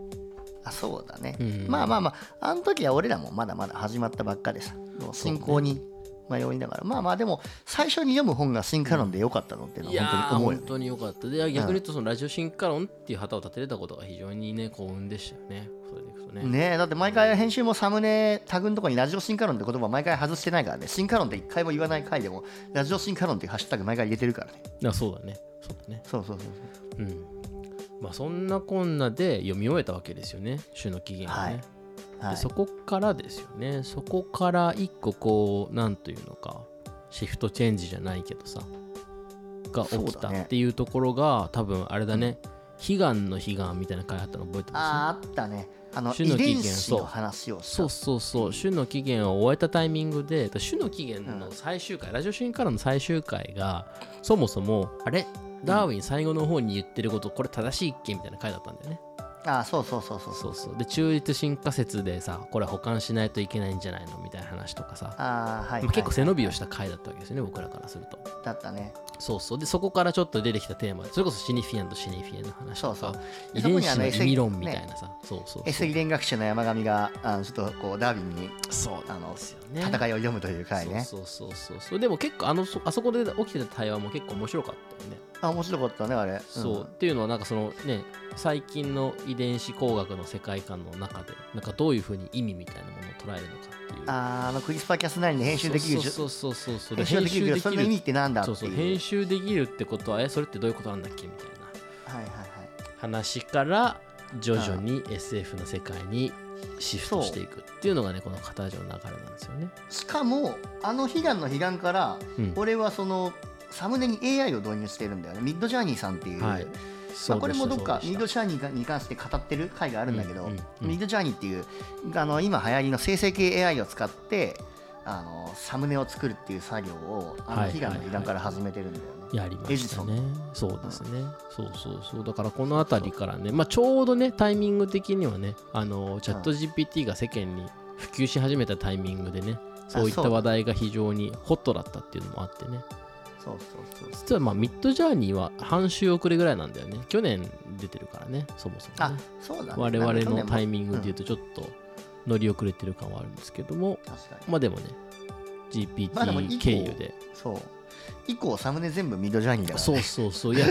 あそうだね、
うん
まあまあまああの時は俺らもまだまだ始まったばっかでさもう進行に迷いながら、まあまあでも最初に読む本が進化論でよかったのっていう
い
の
や
は
ー
本当に思う
本
よね
当に良かったで逆に言うとそのラジオ進化論っていう旗を立てれたことが非常にね幸運でしたよねそれでいくとね
ねえだって毎回編集もサムネタグのとこにラジオ進化論って言葉毎回外してないからね進化論って一回も言わない回でもラジオ進化論っていうハッシュタグ毎回入れてるからね
あそうだねそうだね
そうそうそうそう
うんまあそんなこんなで読み終えたわけですよね種の起源を
は
ね、
いは
で
い
そこからですよねそこから一個こうなんというのかシフトチェンジじゃないけどさが起き
そう
た
だね
っていうところが、多分あれだね悲願の悲願みたいな回あったの覚えてます
あーあったねあの
種の
遺
起源
伝子
そう
の話をした
そうそうそう種の起源を終えたタイミングで種の起源の最終回、ラジオシーンからの最終回がそもそもあれダーウィン最後の方に言ってることこれ正しいっけみたいな回だったんだよね
あーそうそうそうそうそう
そうそうで中立進化説でさこれ保管しないといけないんじゃないのみたいな話とかさ
ああはい、
結構背伸びを
し
した回だったわけですよね僕らからすると
だったね
そうそうでそこからちょっと出てきたテーマそれこそシニフィアンとシニフィエンの話とか
そうそう
遺
でそこ
伝
にあ
子
の
の意
SE
味論みたいなさ、そうそうそう
SE 連学者の山上があのちょっとこうダーウィンに
そう
あ
なん
の
ですよね
戦いを読むという回ね、
そうそうそうそうそれでも結構あのそあそこで起きてた対話も結構面白かったよね、
あ面白かったねあれ、ん
そうっていうのはなんかそのね最近の遺伝子工学の世界観の中でなんかどういうふうに意味みたいなものを捉えるのかっていう
あーあのクリスパーキャス9に編集できるじゅ
そうそうそうそうそう
編集はできるけど
編
その意味ってなんだって
そ
いうう
そう編集できるってことはえそれってどういうことなんだっけみたいな
はいはいはい
話から徐々に SF の世界にシフトしていくっていうのがねこの片上の流れなんですよね。
しかもあの悲願の悲願から
うん
俺はそのサムネに AI を導入してるんだよねミッドジャーニーさんっていう、
はい
まあ、これもどっかミ
二
ッドジャーニーに関して語ってる回があるんだけど、
うんうんうん
ミッドジャーニーっていうあの今流行りの生成系 AI を使ってあのサムネを作るっていう作業をあ
はい
の悲願の悲願から始めてるんだよね、
やりました
エ
ね。そうですね。そうそうそう。だからこの辺りからね、まあ、ちょうどね、タイミング的にはね、あのチャット GPT が世間に普及し始めたタイミングでね、そういっ
あ
た
そう
話題が非常にホットだったっていうのもあってね、
そうそうそう
実はまあミッドジャーニーは半周遅れぐらいなんだよね。去年出てるからね、そもそも、
あ
ね。
そうだね
我々のタイミングで言う
と、
と、ちょっと乗り遅れてる感はあるんですけど
う
も、
ん確かに
まあでもね、
まあでも以
GPT
降
経由で。
そう。以降、サムネ全部ミッドジャーニーだから、ね。
そうそうそういや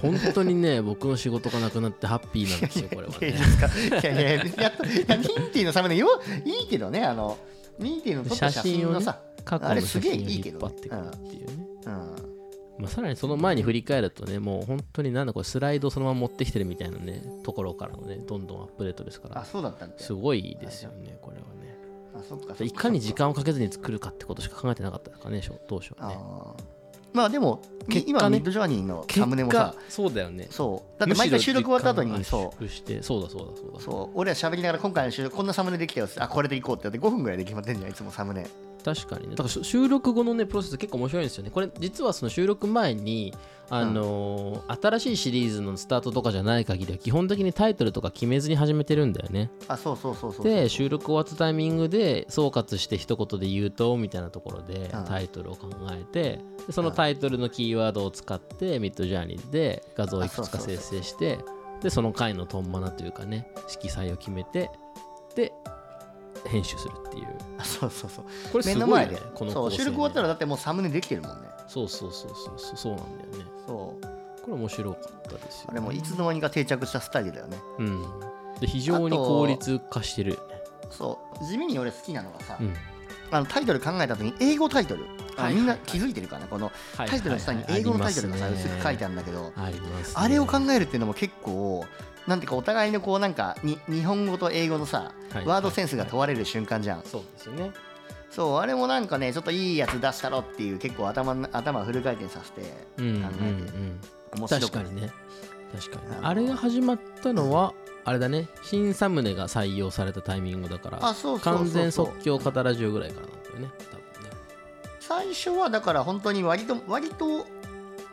本当にね僕の仕事がなくなってハッピーなんですよこれは
芸
ね
術家。いやいや、やっと、いやミンティのサムネ、よ、いいけどね、あの、ミンティの撮った写真のさ、
過去
あ
の
れ
写
すげえ
真を
いいけ
引っ張
ど
っ
ね
てくるっていうね
うん。
まあ、さらにその前に振り返るとねもう本当になんだこれスライドそのまま持ってきてるみたいなねところからのねどんどんアップデートですか
あ、
ら
そうだったっけ
すごいですよねこれはね
あ、そっかそっ
いかに時間をかけずに作るかってことしか考えてなかったですかねしょ当初はね
あーまあでも、み
結果
今
ね
ミッドジャーニーの
結
サムネもさ
果そうだよね
そうだって毎回収録終わった後
む
に
しろ時
そ
間圧縮してそうだそうだそうだ
うそう俺ら喋りながら今回の収録こんなサムネできたよっつってあこれでいこうってやって5分ぐらいで決まってんじゃんいつもサムネ
確かにねだからし収録後のねプロセス結構面白いんですよねこれ実はその収録前にあのー新しいシリーズのスタートとかじゃない限りは基本的にタイトルとか決めずに始めてるんだよね
あそうそうそうそう
で収録終わったタイミングで総括して一言で言うとみたいなところで
うん
タイトルを考えてでその
うん
タイトルのキーワードを使ってミッドジャーニーで画像をいくつか
あそうそう
生
そう
成してでその回のトンマナというかね色彩を決めてで編集するっていう
あそうそうそう
これす
目の
ご
前
いよね
で
この
そう
構成
収録終わったらだってもうサムネできてるもんね
そうそうそうそうそうそうなんだよね
そう
これ面白かったですよ、ね、
あれもいつの間にか定着したスタイルだよね
うんで非常に効率化してるよね
そう地味に俺好きなのがさ、
うん
あのタイトル考えた時に英語タイトル、あ
はい
みんな気づいてるかなこの
はい
タイトルの下に英語のタイトルがさ薄く書いてあ
あ
るんだけど
りますねありますね
あれを考えるっていうのも結構なんていうかお互いのこうなんかに日本語と英語のさ
はい
ワードセンスが問われる瞬間じゃん
そうですよね。
そうあれもなんかねちょっといいやつ出したろっていう結構頭の頭をフル回転させて
うんうんう
考えて
ん。
面白く
確かにね。確かにね
あ。の
あれが始まったのは、あれだね、新サムネが採用されたタイミングだから
あ、そうそうそう
完
そう
全即興型ラジオぐらいからなんだよね、多分ね。
最初はだから本当に割と割と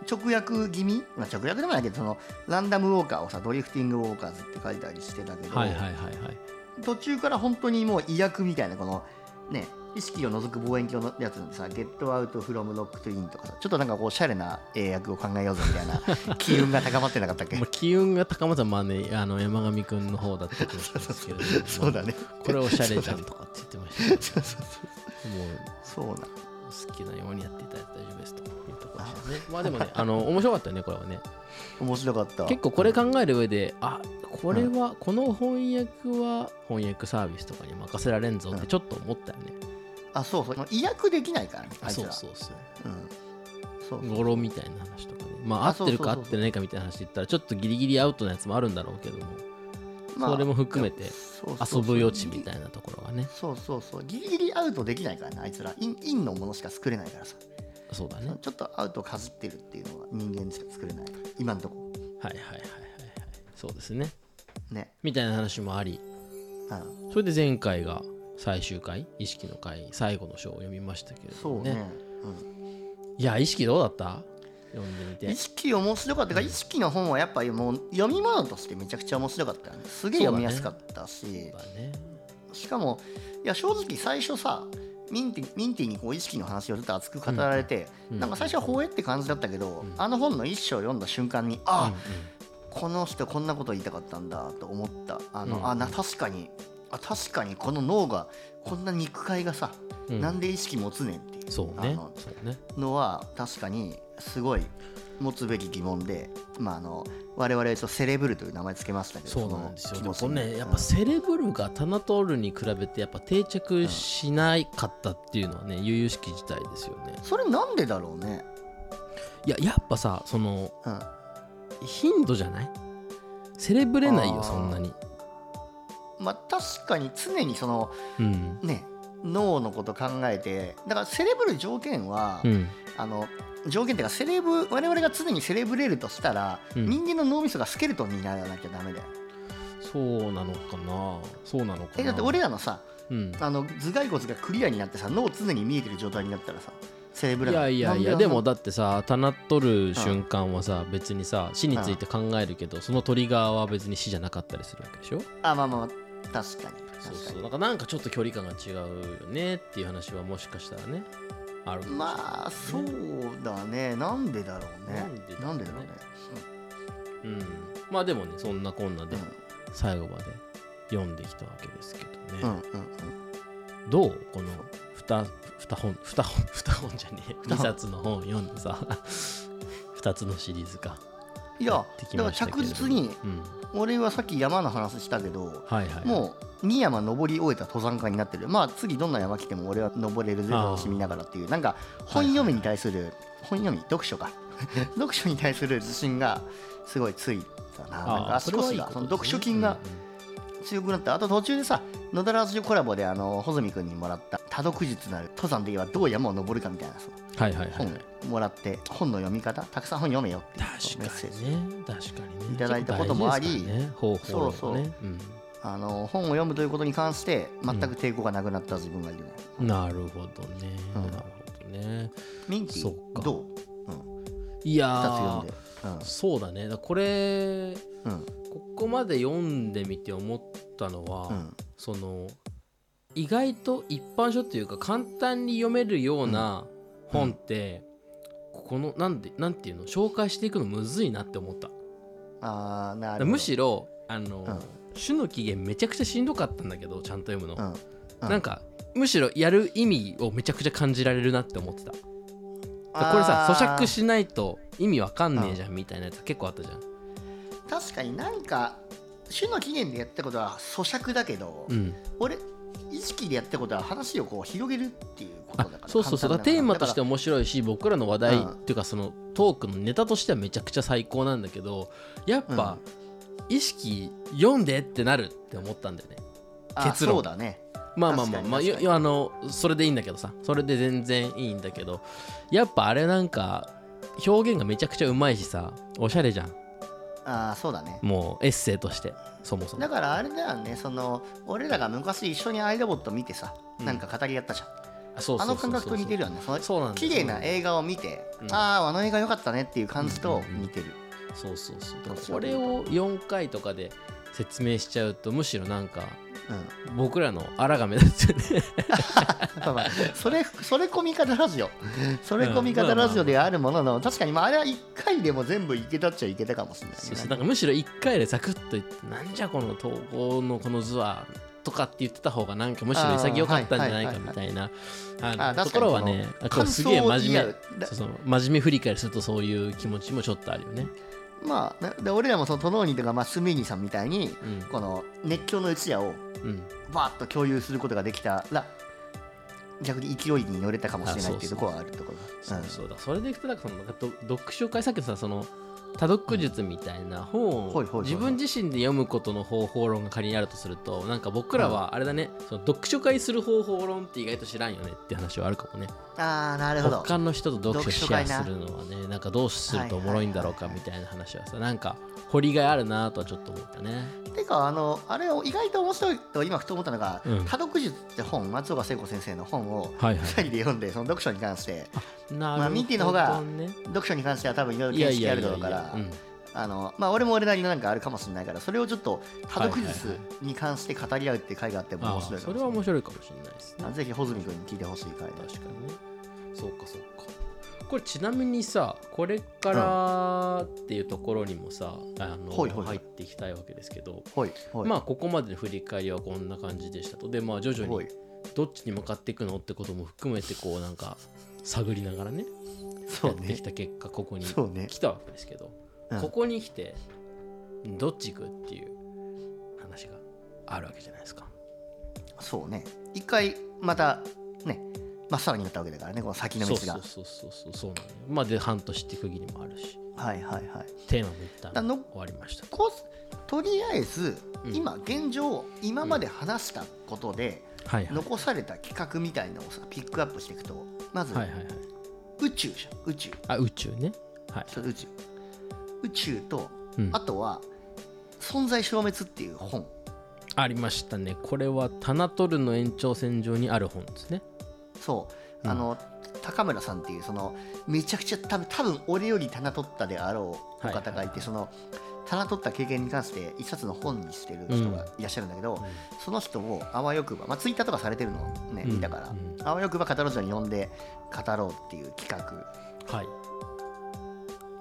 直訳気味、まあ、直訳でもないけどそのランダムウォーカーをさドリフティングウォーカーズって書いたりしてたけど、
はいはいはいはい。
途中から本当にもう意訳みたいなこのね意識を除く望遠鏡のやつのさ「ゲットアウトフロムロックトゥイン」とかさちょっとなんかこうおしゃれな英訳を考えようぜみたいな機運が高まってなかったっけ
もう機運が高まったまね、あの山上くんの方だった気がしますけれども
そうだね
これおしゃれじゃんとかって言ってましたけど。
そうそう
もう
そうそうな
好きなようにやっていただいて大丈夫ですというところですね。まあでもね、あの面白かったよね、これはね。
面白かった
結構これ考える上であこれは、この翻訳は翻訳サービスとかに任せられんぞっ
う
て
ん
ちょっと思ったよね、
あそうそう意訳できないからねあいつ
そう
ら
そうそう
うんそう
語呂みたいな話とかねまあ合
あ
ってるか
そうそう
合
そう
ってないかみたいな話で言ったらちょっとギリギリアウトなやつもあるんだろうけどもそれも含めて
そうそうそ
遊
う
ぶ余地みたいなところがね
そうそうそうギリギリアウトできないからねあいつらインインのものしか作れないからさ、
そうだねはい
ちょっとアウトをかじってるっていうのは人間しか作れない今んとこ
はいはいはいはいそうですね
ね
みたいな話もあり
うん
それで前回が最終回意識の回最後の章を読みましたけれど
そう
も
ね
いや意識どうだった読んでみ
う
て
ん、意識面白かったから、意識の本はやっぱりもう読み物としてめちゃくちゃ面白かったよねすげえ読みやすかったし、
そうだね
しかもいや正直最初さミンティミンティにこう意識の話をずっと熱く語られて、
うん
なんか最初は放映って感じだったけど、
うん
あの本の一章を読んだ瞬間にああ、
うんうん
この人こんなこと言いたかったんだと思ったあの、
うん
あな確かにあ確かにこの脳がこんな肉塊がさ、
うん
なんで意識持つねんってい
そう
あ
ね
の
そうね
うのは確かにすごい持つべき疑問で、まあ、あの我々は一応セレブルという名前つけましたけど
そうなんです
そ
よで
の
も
気持ち
こ
に
れねやっぱセレブルがタナトールに比べてやっぱ定着しなかったっていうのはね悠々しき事態ですよね
うんそれなんでだろうね、
いややっぱさその
うん、
頻度じゃないセレブれない
あー
よそんなに
まあ確かに常にその
うん
ね脳のこと考えてだからセレブル条件は、
うん
あの条件っていうかセレブ我々が常にセレブれるとしたら、
うん
人間の脳みそがスケルトンにならなきゃダメだよ
そうなのかなそうなのかな
えだって俺らのさ
うん
あの頭蓋骨がクリアになってさ脳常に見えてる状態になったらさセレブ
い
レ
やいやいやでもだってさ棚取る
ん
瞬間はさ別にさ死について考えるけどそのトリガーは別に死じゃなかったりするわけでしょ
あまあまあ確かに
そう
確か
そ
に
うなんかなんかちょっと距離感が違うよねっていう話はもしかしたらねあるかもしれない
まあそうだねなんでだろうね
なんでだろうね
なんでだろうね
うんまあでもねそんなこんな
う
で
ん
最後まで読んできたわけですけどね、
うんうんうん
どうこの2本2本2本じゃ ねえ
本
2冊の本読んでさ2つのシリーズか
いや
ってき
だから
ましたけ
着
れども
実に
うん
俺はさっき山の話したけど
はいはい
もう2山登り終えた登山家になってるまあ次どんな山来ても俺は登れるぜ
あー
楽しみながらっていうなんか本読みに対する、本読み読書 か読書に対する自信がすごいついたななんか
ああそれ
少
は
し
いい
が
こと
その
ですね
読書筋が
うんうん
強くなったあと途中でさ野田ラジオコラボであの穂積君にもらった「多読術なる登山で言えばどう山を登るか」みたいなそう
はいはいはい
本もらって本の読み方たくさん本読めよっていうメッセー
確か
ジ
にね確かにね
いただいたこともあり
ちょっと大事ですからね、方法論
そうそう
がねうん
あの本を読むということに関して全く抵抗がなくなった自分がいるね、
なるほどね、
うん
なるほどね
ミンティ
そっか
ーどう2つ
いや
読んで
ーそうだねだからこれ
うんうん
ここまで読んでみて思ったのは、
うん
その意外と一般書というか簡単に読めるような
うん
本って、このなんでなんていうの紹介していくのむずいなって思っただか
ああなるほ
ら
ど
むしろあの、
うん
種の起源めちゃくちゃしんどかったんだけどちゃんと読む
う
の、
んうん
なんかむしろやる意味をめちゃくちゃ感じられるなって思ってただからこれさ
あ
咀
ー
嚼しないと意味わかんねえじゃんみたいなやつ結構あったじゃん
確かになんか種の起源でやったことは咀嚼だけど、
うん
俺意識でやったことは話をこう広げるっていうこと
あ
だから
そうそうそう
簡
だから
単
テー
な
マとして
だか
面白いし僕らの話題、
うん
っていうかそのトークのネタとしてはめちゃくちゃ最高なんだけどやっぱ、意識読んでってなるって思ったんだよね
ら
結論
あそうだね
まあまあ
確
ま
か
あ,、
に
まあ、
確かに
よあのそれでいいんだけどさそれで全然いいんだけどやっぱあれなんか表現がめちゃくちゃうまいしさおしゃれじゃん
ああそうだね
もうエッセイとしてそもそも
だからあれだよねその俺らが昔一緒にアイロボット見てさ、
うん
なんか語り合ったじゃん
あそうそ
あの
うそうそう
感覚と似てるよねその
そうなんだ
綺麗な映画を見て、
うん
あああの映画良かったねっていう感じと
うんうんうん
似てる、
そうそうそう
どっち
こ
も
れを4回とかで説明しちゃうとむしろなんか
うん
僕らのあらが目立つよね
まあ まあそれそれ込み方ラジオそれ込み方ラジオではあるものの、確かにまああれは1回でも全部いけたっちゃいけたかもしれないね、
そうそうだからむしろ1回でサクッと言ってなんじゃこの投稿のこの図はとかって言ってた方がなんかむしろ潔かったんじゃないかみたいなあ
あ確
の
か
と
に
ころはね
その
あこれすげえ
感想を
真
言い合
面目
うだ
そうそう真面目振り返りするとそういう気持ちもちょっとあるよね、
まあなで俺らもそのトノーニとか、まあ、スミーニさんみたいに
うん
この熱狂の一夜を
うん、
バーッと共有することができたら逆に勢いに乗れたかもしれないっていうところはあるところ
そう
うん
そうだそれでいくとなんかそのなんかど読書会さっきのさその多読術みたいな本
ほいほ
を
いほい
自分自身で読むことの方法論が仮にあるとするとなんか僕らはあれだね、その読書会する方法論って意外と知らんよねって話はあるかもね
ああなるほど
他の人と読書シェ
読書会な
アするのはねなんかどうするとおもろいんだろう
は
か
いは
み
い
たいな話はさなんか掘りがいあるなとはちょっと思ったね
てかあのあれを意外と面白いと今ふと思ったのが
うん
「多読術」って本松岡聖子先生の本を
はいは
2人で読んでその読書に関して
いな
まあミッキーの方が
ね
読書に関しては多分いろいろ
いや
見
い
識あ
や
る
い
だ
や
ろ
いう
か
や
らあのまあ俺も俺なりのなんかあるかもしれないからそれをちょっと多読
はい
術
は
に関して語り合うって回があっても
あ
面
あ
白いかも
そ
しれ
れは
ない
面白いかもしれないですね
あぜひ穂積君に聞いてほしい回だ
確かにねそうかそうかこれちなみにさこれからっていうところにもさ、あの
ほいほいほ
入
い
っていきたいわけですけど
ほいほい
まあここまでの振り返りはこんな感じでしたとでまあ徐々
ほ
に
い
どっちに向かっていくのってことも含めてこうなんか探りながらね
そ
や
う
って
ね
きた結果ここに
そうね
来たわけですけど、
うん
ここに来てどっち行くっていう話があるわけじゃないですか。
そうね一回またね真っさらになったわけだからねこの先の道
そう
が
そうそうそうそうそうなのよまあで半年って区切りもあるし。
はいはいはい
テーマも一旦
あの
終わりました。
こうとりあえず、
うん
今現状今まで話したことで、
はいはい。
残された企画みたいのをさピックアップしていくとまず、
はいはいはい。
宇宙じゃん宇宙
あ、宇宙ね。はい。
それ宇宙宇宙と、
うん
あとは「存在消滅」っていう本
ありましたね。これはタナトルの延長線上にある本ですね。
そう、
うん
あの高村さんっていうそのめちゃくちゃ多分多分俺より棚取ったであろうお
はい
方がいて、その棚取った経験に関して一冊の本にしてる人がいらっしゃるんだけど、その人をあわよくば、まあ、ツイッターとかされてるのをね、
うん
見たから、
うん
あわよくば語ろうじゃん呼んで語ろうっていう企画
はい。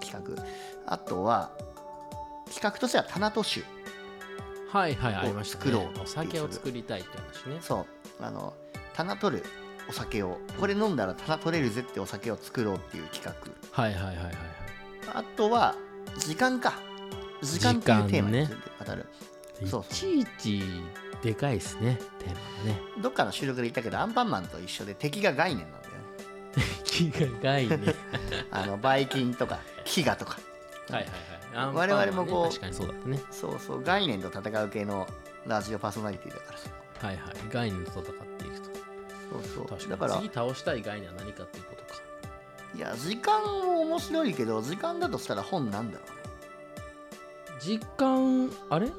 企画あとは企画としては棚と酒
はいはい、ありました、ね。
作ろうっていう
お酒を作りたいって話ね。
そうあの棚取るお酒をこれ飲んだら棚取れるぜってお酒を作ろうっていう企画
はいはいはいはいはい。
あとは時間か時間っていうテーマについて語る、そう
いちいちでかいですね、テーマが ね。
どっかの収録で言ったけどアンパンマンと一緒で敵が概念なんだよ ね
気が概念。はいはい
あのバイキンとか飢餓とか
はい。アンパンマンね
我々もこう
確かにそうだったね。
そうそう概念と戦う系のラジオパーソナリティだからさ
はいはい概念と戦っていくと
そうそう
確
だ
か
か
に
ら
次倒したい概念は何かっていうことか
いや時間も面白いけど時間だとしたら本なんだろ
時間あれ
うね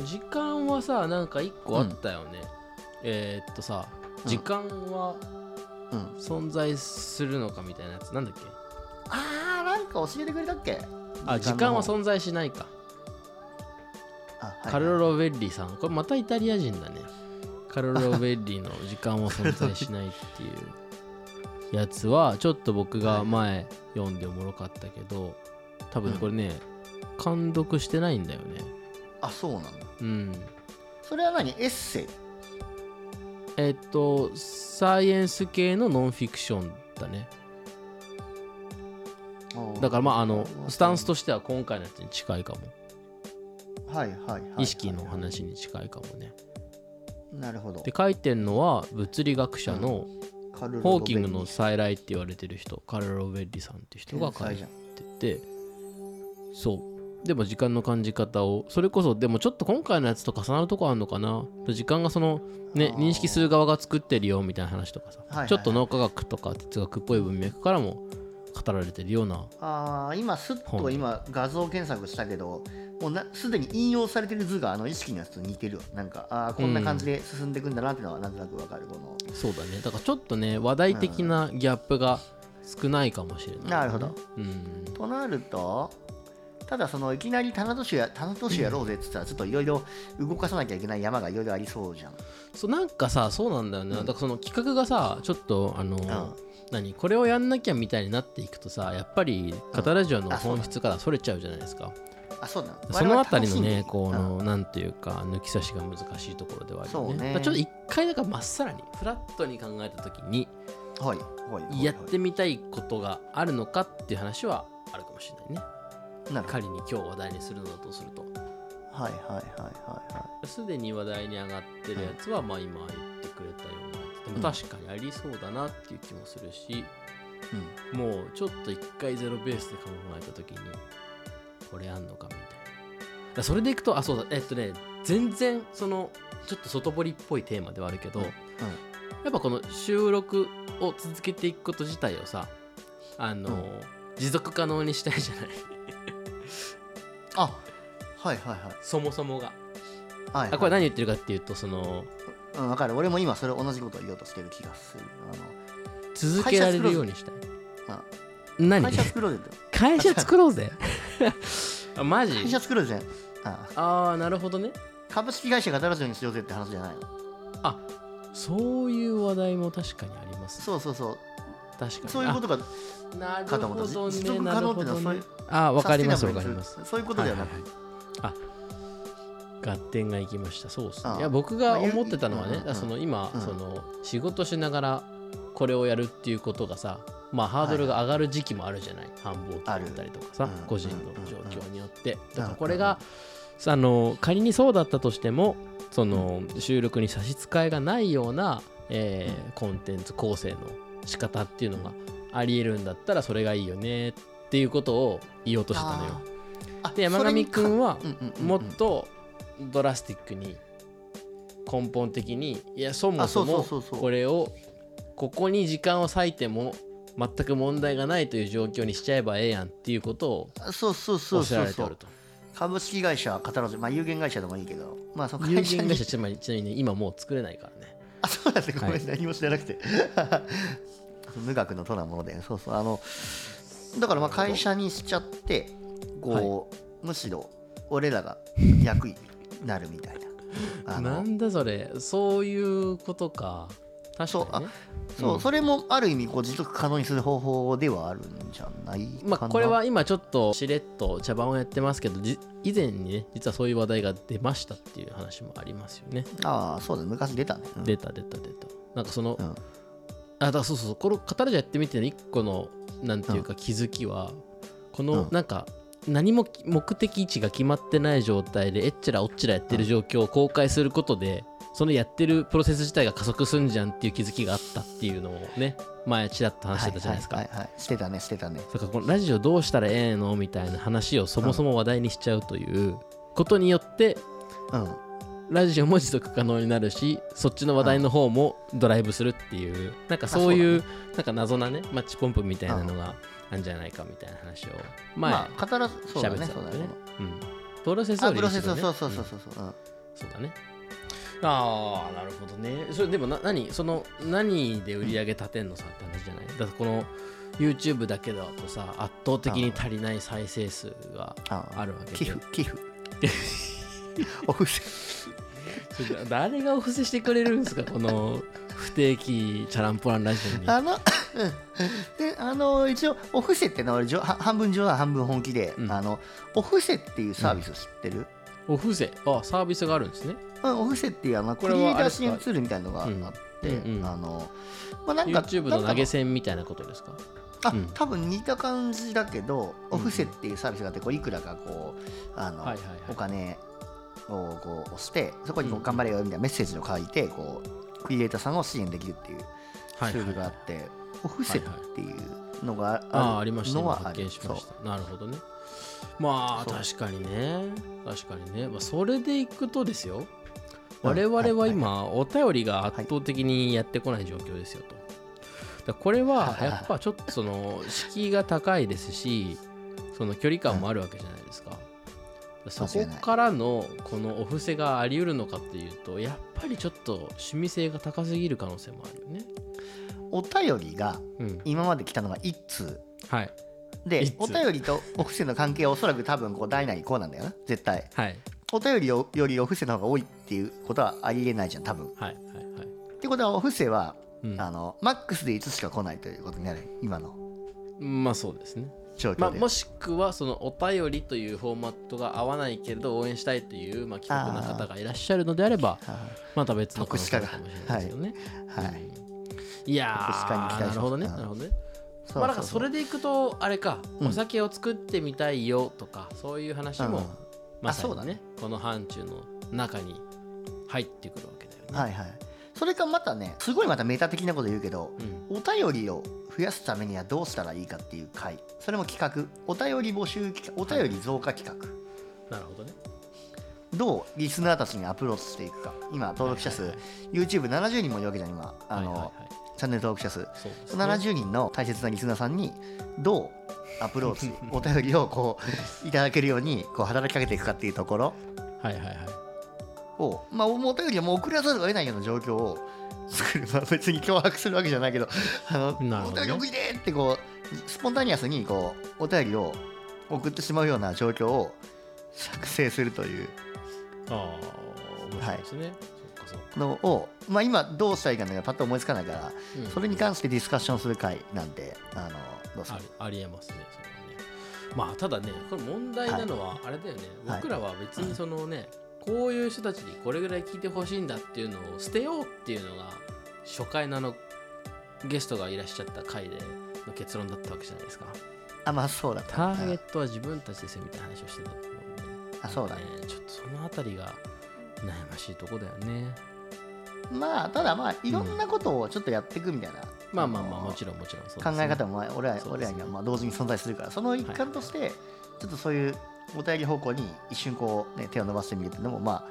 時間はさなんか一個あったよね、えーっとさ
うん
時間は
うんうん
存在するのかみたいなやつなんだっけ
あーなんか教えてくれたっけ
あ時間は存在しないか、カル
ロ
ロ・ベッリさんこれまたイタリア人 だねカルロ・ベッリの「時間は存在しない」っていうやつはちょっと僕が前読んでおもろかったけど多分これね監読してないんだよね
あそうなんだ
うん
それは何エッセイ
えっとサイエンス系のノンフィクションだねだからまああのスタンスとしては今回のやつに近いかも
はいはいはいはい
意識の話に近いかもね
なるほど
で書いてんのは物理学者の
カルロ
ホーキングの再来って言われてる人カルロ・ベッリさんって人が書い
天才じゃん
ててそうでも時間の感じ方をそれこそでもちょっと今回のやつと重なるとこあるのかな時間がそのね
あー
認識する側が作ってるよみたいな話とかさ、
いはいはい
ちょっと脳科学とか哲学っぽい文脈からも語られてるような
あー今すっと
本
今画像検索したけどもうなすでに引用されてる図があの意識のやつと似てるわなんかあーこんな感じで進んでいくんだなっていうのはなんとなくわかるこの、
そうだねだからちょっとね話題的なギャップが少ないかもしれないね、
なるほど
うん
となるとただそのいきなり棚年や棚年やろうぜって言ったらちょっといろいろ動かさなきゃいけない山がいろいろありそうじゃん
そうなんかさそうなんだよね、
うん
だからその企画がさちょっとあの、
ん
何これをやんなきゃみたいになっていくとさやっぱりカタラジオの
あそうだ
本質からそれちゃうじゃないですか、
あそうだ
そのあたりのねこ
我々楽しんで
の、なんていうか抜き差しが難しいところではあるよ
そう
ね
ね
だからちょっと一回だからまっさらにフラットに考えた時に
うんはいはいはいはい
やってみたいことがあるのかっていう話はあるかもしれないね
なるほど
仮に今日話題にするのだとすると
はいはいはいはいは
すでに話題に上がってるやつは、まあ今言ってくれたようなやつでも
うん
確かにありそうだなっていう気もするし、
い、うん
もうちょっと一回ゼロベースで考えた時にこれあんのかみたいなだからそれでいくとあそうだえっとね全然そのちょっと外堀っぽいテーマではあるけど、
うん
やっぱこの収録を続けていくこと自体をさあの、
うん
持続可能にしたいじゃ ない
あはいはいはい
そもそもが
はいはい
あこれ何言ってるかっていうとその
うん、わかる俺も今それ同じことを言おうとしてる気がする
続けられるようにしたい
ああの
何
会社作ろうぜ と
会社作ろうぜ あマジ
会社作ろうぜあ
ああなるほどね
株式会社がダラジオにしようぜって話じゃないの
そういう話題も確かにありますね
そうそうそう
確かに
そういうことが
あなる
かと思
ほ
った
ど
持
ね
続
な
可
る
能って
ほ
いうの
ど
はそうい
ね
う
あわかります
サ
わ
ステ
か
ナ
り
ブル
ま
に
す
するそういうことではなく
はいはい合点がいきましたそうです
あ
ね
あ
いや僕が思ってたのは
まあ
ね
ゆ
だからその今
うん
その仕事しながらこれをやるっていうことがさまあハードルが上がる時期もあるじゃない繁忙期だったりとかさ
あるうん
個人の
うん
状況によってだから
うん
これがさあの仮にそうだったとしてもその収録に差し支えがないようなえーコンテンツ構成の仕方っていうのがありえるんだったらそれがいいよねっていうことを言おうとしてたのよ。
あ
で山上くんは
それにかうんうんうんうん
もっとドラスティックに根本的にいやそも
あそ
そう
そ
も
うそうそう
これをここに時間を割いても全く問題がないという状況にしちゃえばええやんっていうことを
そうそうそ
おっ
う
し
そ
ゃら
う
れて
そ
おる
う
と。
株式会社カタロジまあ有限会社でもいいけどまあその
有
会社
限
に
会社ちなみにちなみにね今もう作れないからね。
あそうなんですねごめんな
は
さい何も知らなくて 無学のとなものでそうそうあのだからまあ会社にしちゃってこう、むしろ俺らが役になるみたいなあの
なんだそれそういうことか。確かにね。
そう、
うん
それもある意味こう持続可能にする方法ではあるんじゃないかな
まあこれは今ちょっとしれっと茶番をやってますけどじ以前にね実はそういう話題が出ましたっていう話もありますよね。
ああそうだ昔出たね、うん
出た出た出た。なんかその
うん
あだからそうそうそうこのカタルジャやってみての一個のなんていうか気づきは、この
うん
なんか何も目的地が決まってない状態でえっちらおっちらやってる状況を公開することで、そのやってるプロセス自体が加速すんじゃんっていう気づきがあったっていうのをね前ちらっと話してたじゃないですか。
はいはいはいはいしてたねしてたね
だからこのラジオどうしたらええのみたいな話をそもそも話題にしちゃうということによって
うん
ラジオも持続可能になるしそっちの話題の方もドライブするっていうなんかそういうなんか謎なねマッチポンプみたいなのがあるんじゃないかみたいな話を前
まあ、語らず、そうだ
喋っ
ね、
てた
そうんだ
だよ
ね
ね。。うんプロセス
あ、
を利
プ
用
ロ
す
セ
る
ス、
よ
そう
ね
そうそうそうそう。うん
そうだね。ああ、なるほどね。それでもな何その何で売り上げ立てんのさって話じゃない。だってこの YouTube だけだとさ圧倒的に足りない再生数が
あ
あるわけで。
寄付、寄 付。お布施
それだ誰がお布施してくれるんですかこの不定期チャランポランラジ オに。
あのであの一応お布施ってのは俺じょは半分冗談半分本気で、
うん
あのお布施っていうサービス知ってる、
お布施あサービスがあるんですね。
うん、お布施っていうあの
こ
ク
れ
リエイタ
はあれ
ー
です
支
か
援ツールみたいなのがあって、
うんうんうん
あのまあなんか
YouTube
なん
の
か
投げ銭みたいなことですか。
あ、
うん
多分似た感じだけど、
う
お
ん
布施っていうサービスがあってこういくらかこうあの、
はいはいはい
お金をこう押してそこにこ
うん
う頑張れよみたいなメッセージを書いてこうクリエイターさんを支援できるっていう
はい
ツ
はい
ールがあって、お布施っていうのが
ああ
あ
あり
る
ました
の
今
はあ
発
る、
見しまし
そう
たなるほどねまあ
そう
確かにね確かにね、まあ、それでいくとですよ
うん
我々は
はい
今お便りが圧倒的にやってこない状況ですよとだからこれはやっぱちょっとその敷居が高いですしその距離感もあるわけじゃないですかそこからのこのお布施があり得るのかっていうとやっぱりちょっと趣味性が高すぎる可能性もあるよね
お便りが
うん
今まで来たのが1通
はい
で
一通
お便りとお布施の関係はおそらく多分こう代々こうなんだよな絶対
はい
お便りよりお布施の方が多いっていうことはありえないじゃん多分っ
はいはいはい
てことはお布施は、
うん
あのマックスで5つしか来ないということになる今の
まあそうですね。
状況で、
まあ、もしくはそのお便りというフォーマットが合わないけれど応援したいという、まあ、既得な方がいらっしゃるのであれば
は
また別の可
特
能
殊
性
化
も
が
かもしれないですよね。
い、はい
うんいや
特殊化に期待しま
ー
す
なるほどね
うん
なるほどね。
そう
まあな
そ
ん
う
かそ
そう
れでいくとあれか、
うん
お酒を作ってみたいよとかそういう話も、
うん
ま
あ
さ
そう
に
だ
ね
ね
この範疇の中に入ってくるわけだよね。
はいはいそれかまたねすごいまたメタ的なこと言うけど
うん
お便りを増やすためにはどうしたらいいかっていう回それも企画お便り募集企画お便り増加企画、
なるほどね。
どうリスナーたちにアプローチしていくか今登録者数、
はいはい
YouTube70 人もいるわけじゃん今あの、
はいはいはい
チャンネル登録者数
そうですね
70人の大切なリスナーさんにどうアプローチお便りをこういただけるようにこう働きかけていくかっていうところ
はいはいはい。
を、まあ、お便りはもう送らざるを得ないような状況を作る、まあ、別に脅迫するわけじゃないけどあの
なるほ
お
ど
便
ね
り送りでーってこうスポンタニアスにこうお便りを送ってしまうような状況を作成するという
ああ面白いですね。そっかそっか
のを、まあ、今どうしたらいいかねパッと思いつかないから
うん
それに関してディスカッションする回なんであのどうす
あ
る
りありえますねそれはねまあただねこれ問題なのはあれだよね、
はい
僕らは別にそのね、こういう人たちにこれぐらい聞いてほしいんだっていうのを捨てようっていうのが初回のあのゲストがいらっしゃった回での結論だったわけじゃないですか
あまあそうだった
ターゲットは自分たちですよみたいな話をしてたと思うんで、
あそうだ
ね
ね
ちょっとそのあたりが悩ましいとこだよね
まあただまあいろんなことをちょっとやっていくみたいな、
まあまあまあ
の
もちろんもちろんそうですね
考え方もまあ俺ら
そう
俺
で
ら
すね
にはまあ同時に存在するからその一環としてちょっとそういうお便り方向に一瞬こう、ね、手を伸ばしてみるっていうのもま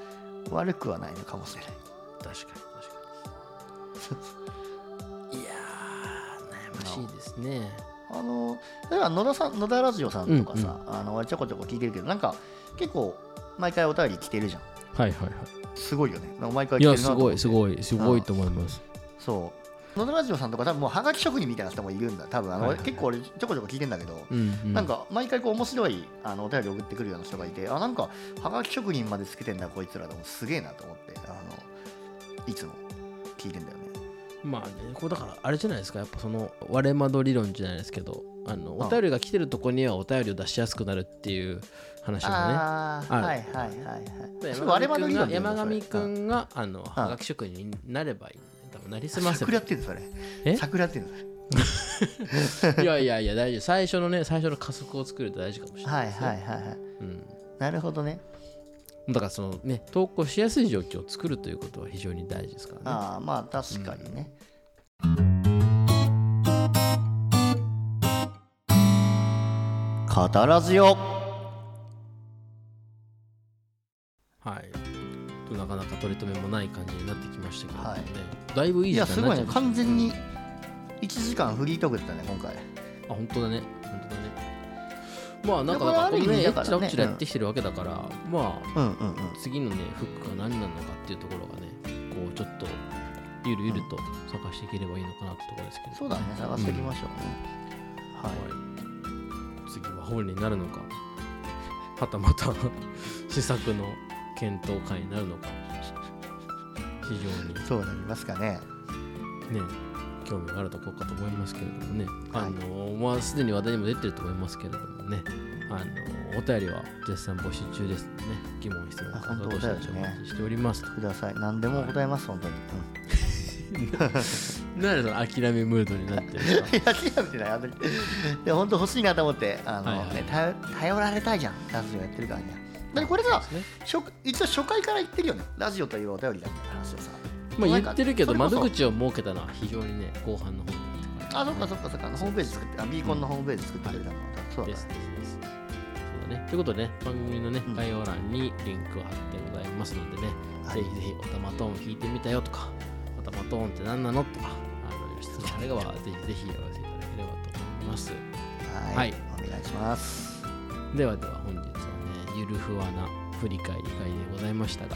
あ悪くはないのかもしれない
確かに確かにいやー悩ましいですね
あの例えば野田さん野田ラジオさんとかさ、
う
あの俺ちょこちょこ聞いてるけどなんか結構毎回お便り来てるじゃん
はいはいは
すごいよねなんか毎回
い
来てるなと
す
思っ
ご
て
いすごいすごい
うん
と思います
そう野田ラジオさんとか多分もうハガキ職人みたいな人もいるんだ多分あの、
はいはいはい
結構俺ちょこちょこ聞いてんだけど、
うん、うん、
なんか毎回こう面白いあのお便り送ってくるような人がいてあなんかハガキ職人までつけてんだこいつらと思ってすげえなと思ってあのいつも聞いてんだよね
まあねこうだからあれじゃないですかやっぱその割れ窓理論じゃないですけどあのお便りが来てるとこにはお便りを出しやすくなるっていう話がね
あ
あ
あ
る
はいはいはいはい
山上君が
で
山上
それうん
君があのはがき職人になればいいんだよ多分なりすませば
桜って言うんだそ
え
れ桜って言うんだそ
いやいやいや大丈夫最初のね最初の加速を作ると大事かもしれ
れは
ない
い
です、
はいはいはい
うん、
なるほどね
だからそのね投稿しやすい状況を作るということは非常に大事ですからね。
ああまあ確かにね、語らずよ
はい、となかなか取り留めもない感じになってきましたけどね、
はい
だいぶい
い
い時
や
間
す
に
ご
なっ
いね
ちゃいました
完全に1時間フリートークだったね今回
あ本当だね本当だねまあなんか
いやこれあ
こ
る意
の
味
ね
だから
ち
ね
らっちらやってきてるわけだから、まあ
うんうんうん
次のねフックが何なのかっていうところがねこうちょっとゆるゆると探していければいいのかなってところですけど、
そうだね探していきましょう、はい
はい、次は本になるのかはたまた試作の検討会になるのか非常に
そうなりますかね
ね興味があるところかと思いますけれどもね、
はい
あのまあすでに話題にも出てると思いますけれどもねあのお便りは絶賛募集中ですのでね疑問質問
あ本
感想
当
どうしたでしょうお
お便りね
待ちしておりますと
ください何でもございます本当に、
なんでその諦めムードになってるんですか
うん、いや違う違う本当にで本当欲しいなと思ってあの、
はいはい
ね頼頼られたいじゃんラジオやってるからにはだってこれさ
そうですね
初一応初回から言ってるよねラジオというお便りだって話をさ
まあ言ってるけど
なんか
窓
それこそ
口を設けたのは非常にね後半の方になってから
あそっかそっかそっかあのホームページ作ってあビーコンのホームページ作ってくれたのそうだ
で
ね
すですです。そうだね。ということでね、番組のね
う、ん
概要欄にリンクを貼ってございますのでね、
はい
ぜひぜひおたまトーン弾いてみたよとか、おたまトーンって何なのとか、あの質問あればぜひぜひやらせていただければと思います。
は
はい
いお願いします
ではでは本日はね、ゆるふわな振り返り会でございましたが、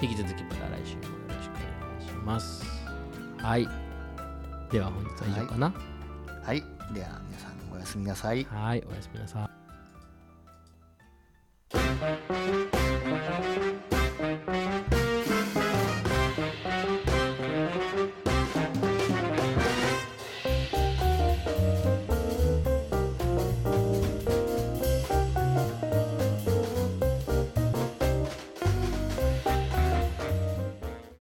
引き続きまた来週もよろしくお願いします。はい。では本日は以上かな。
はいでは皆さんおやすみなさい
はい、おやすみなさい。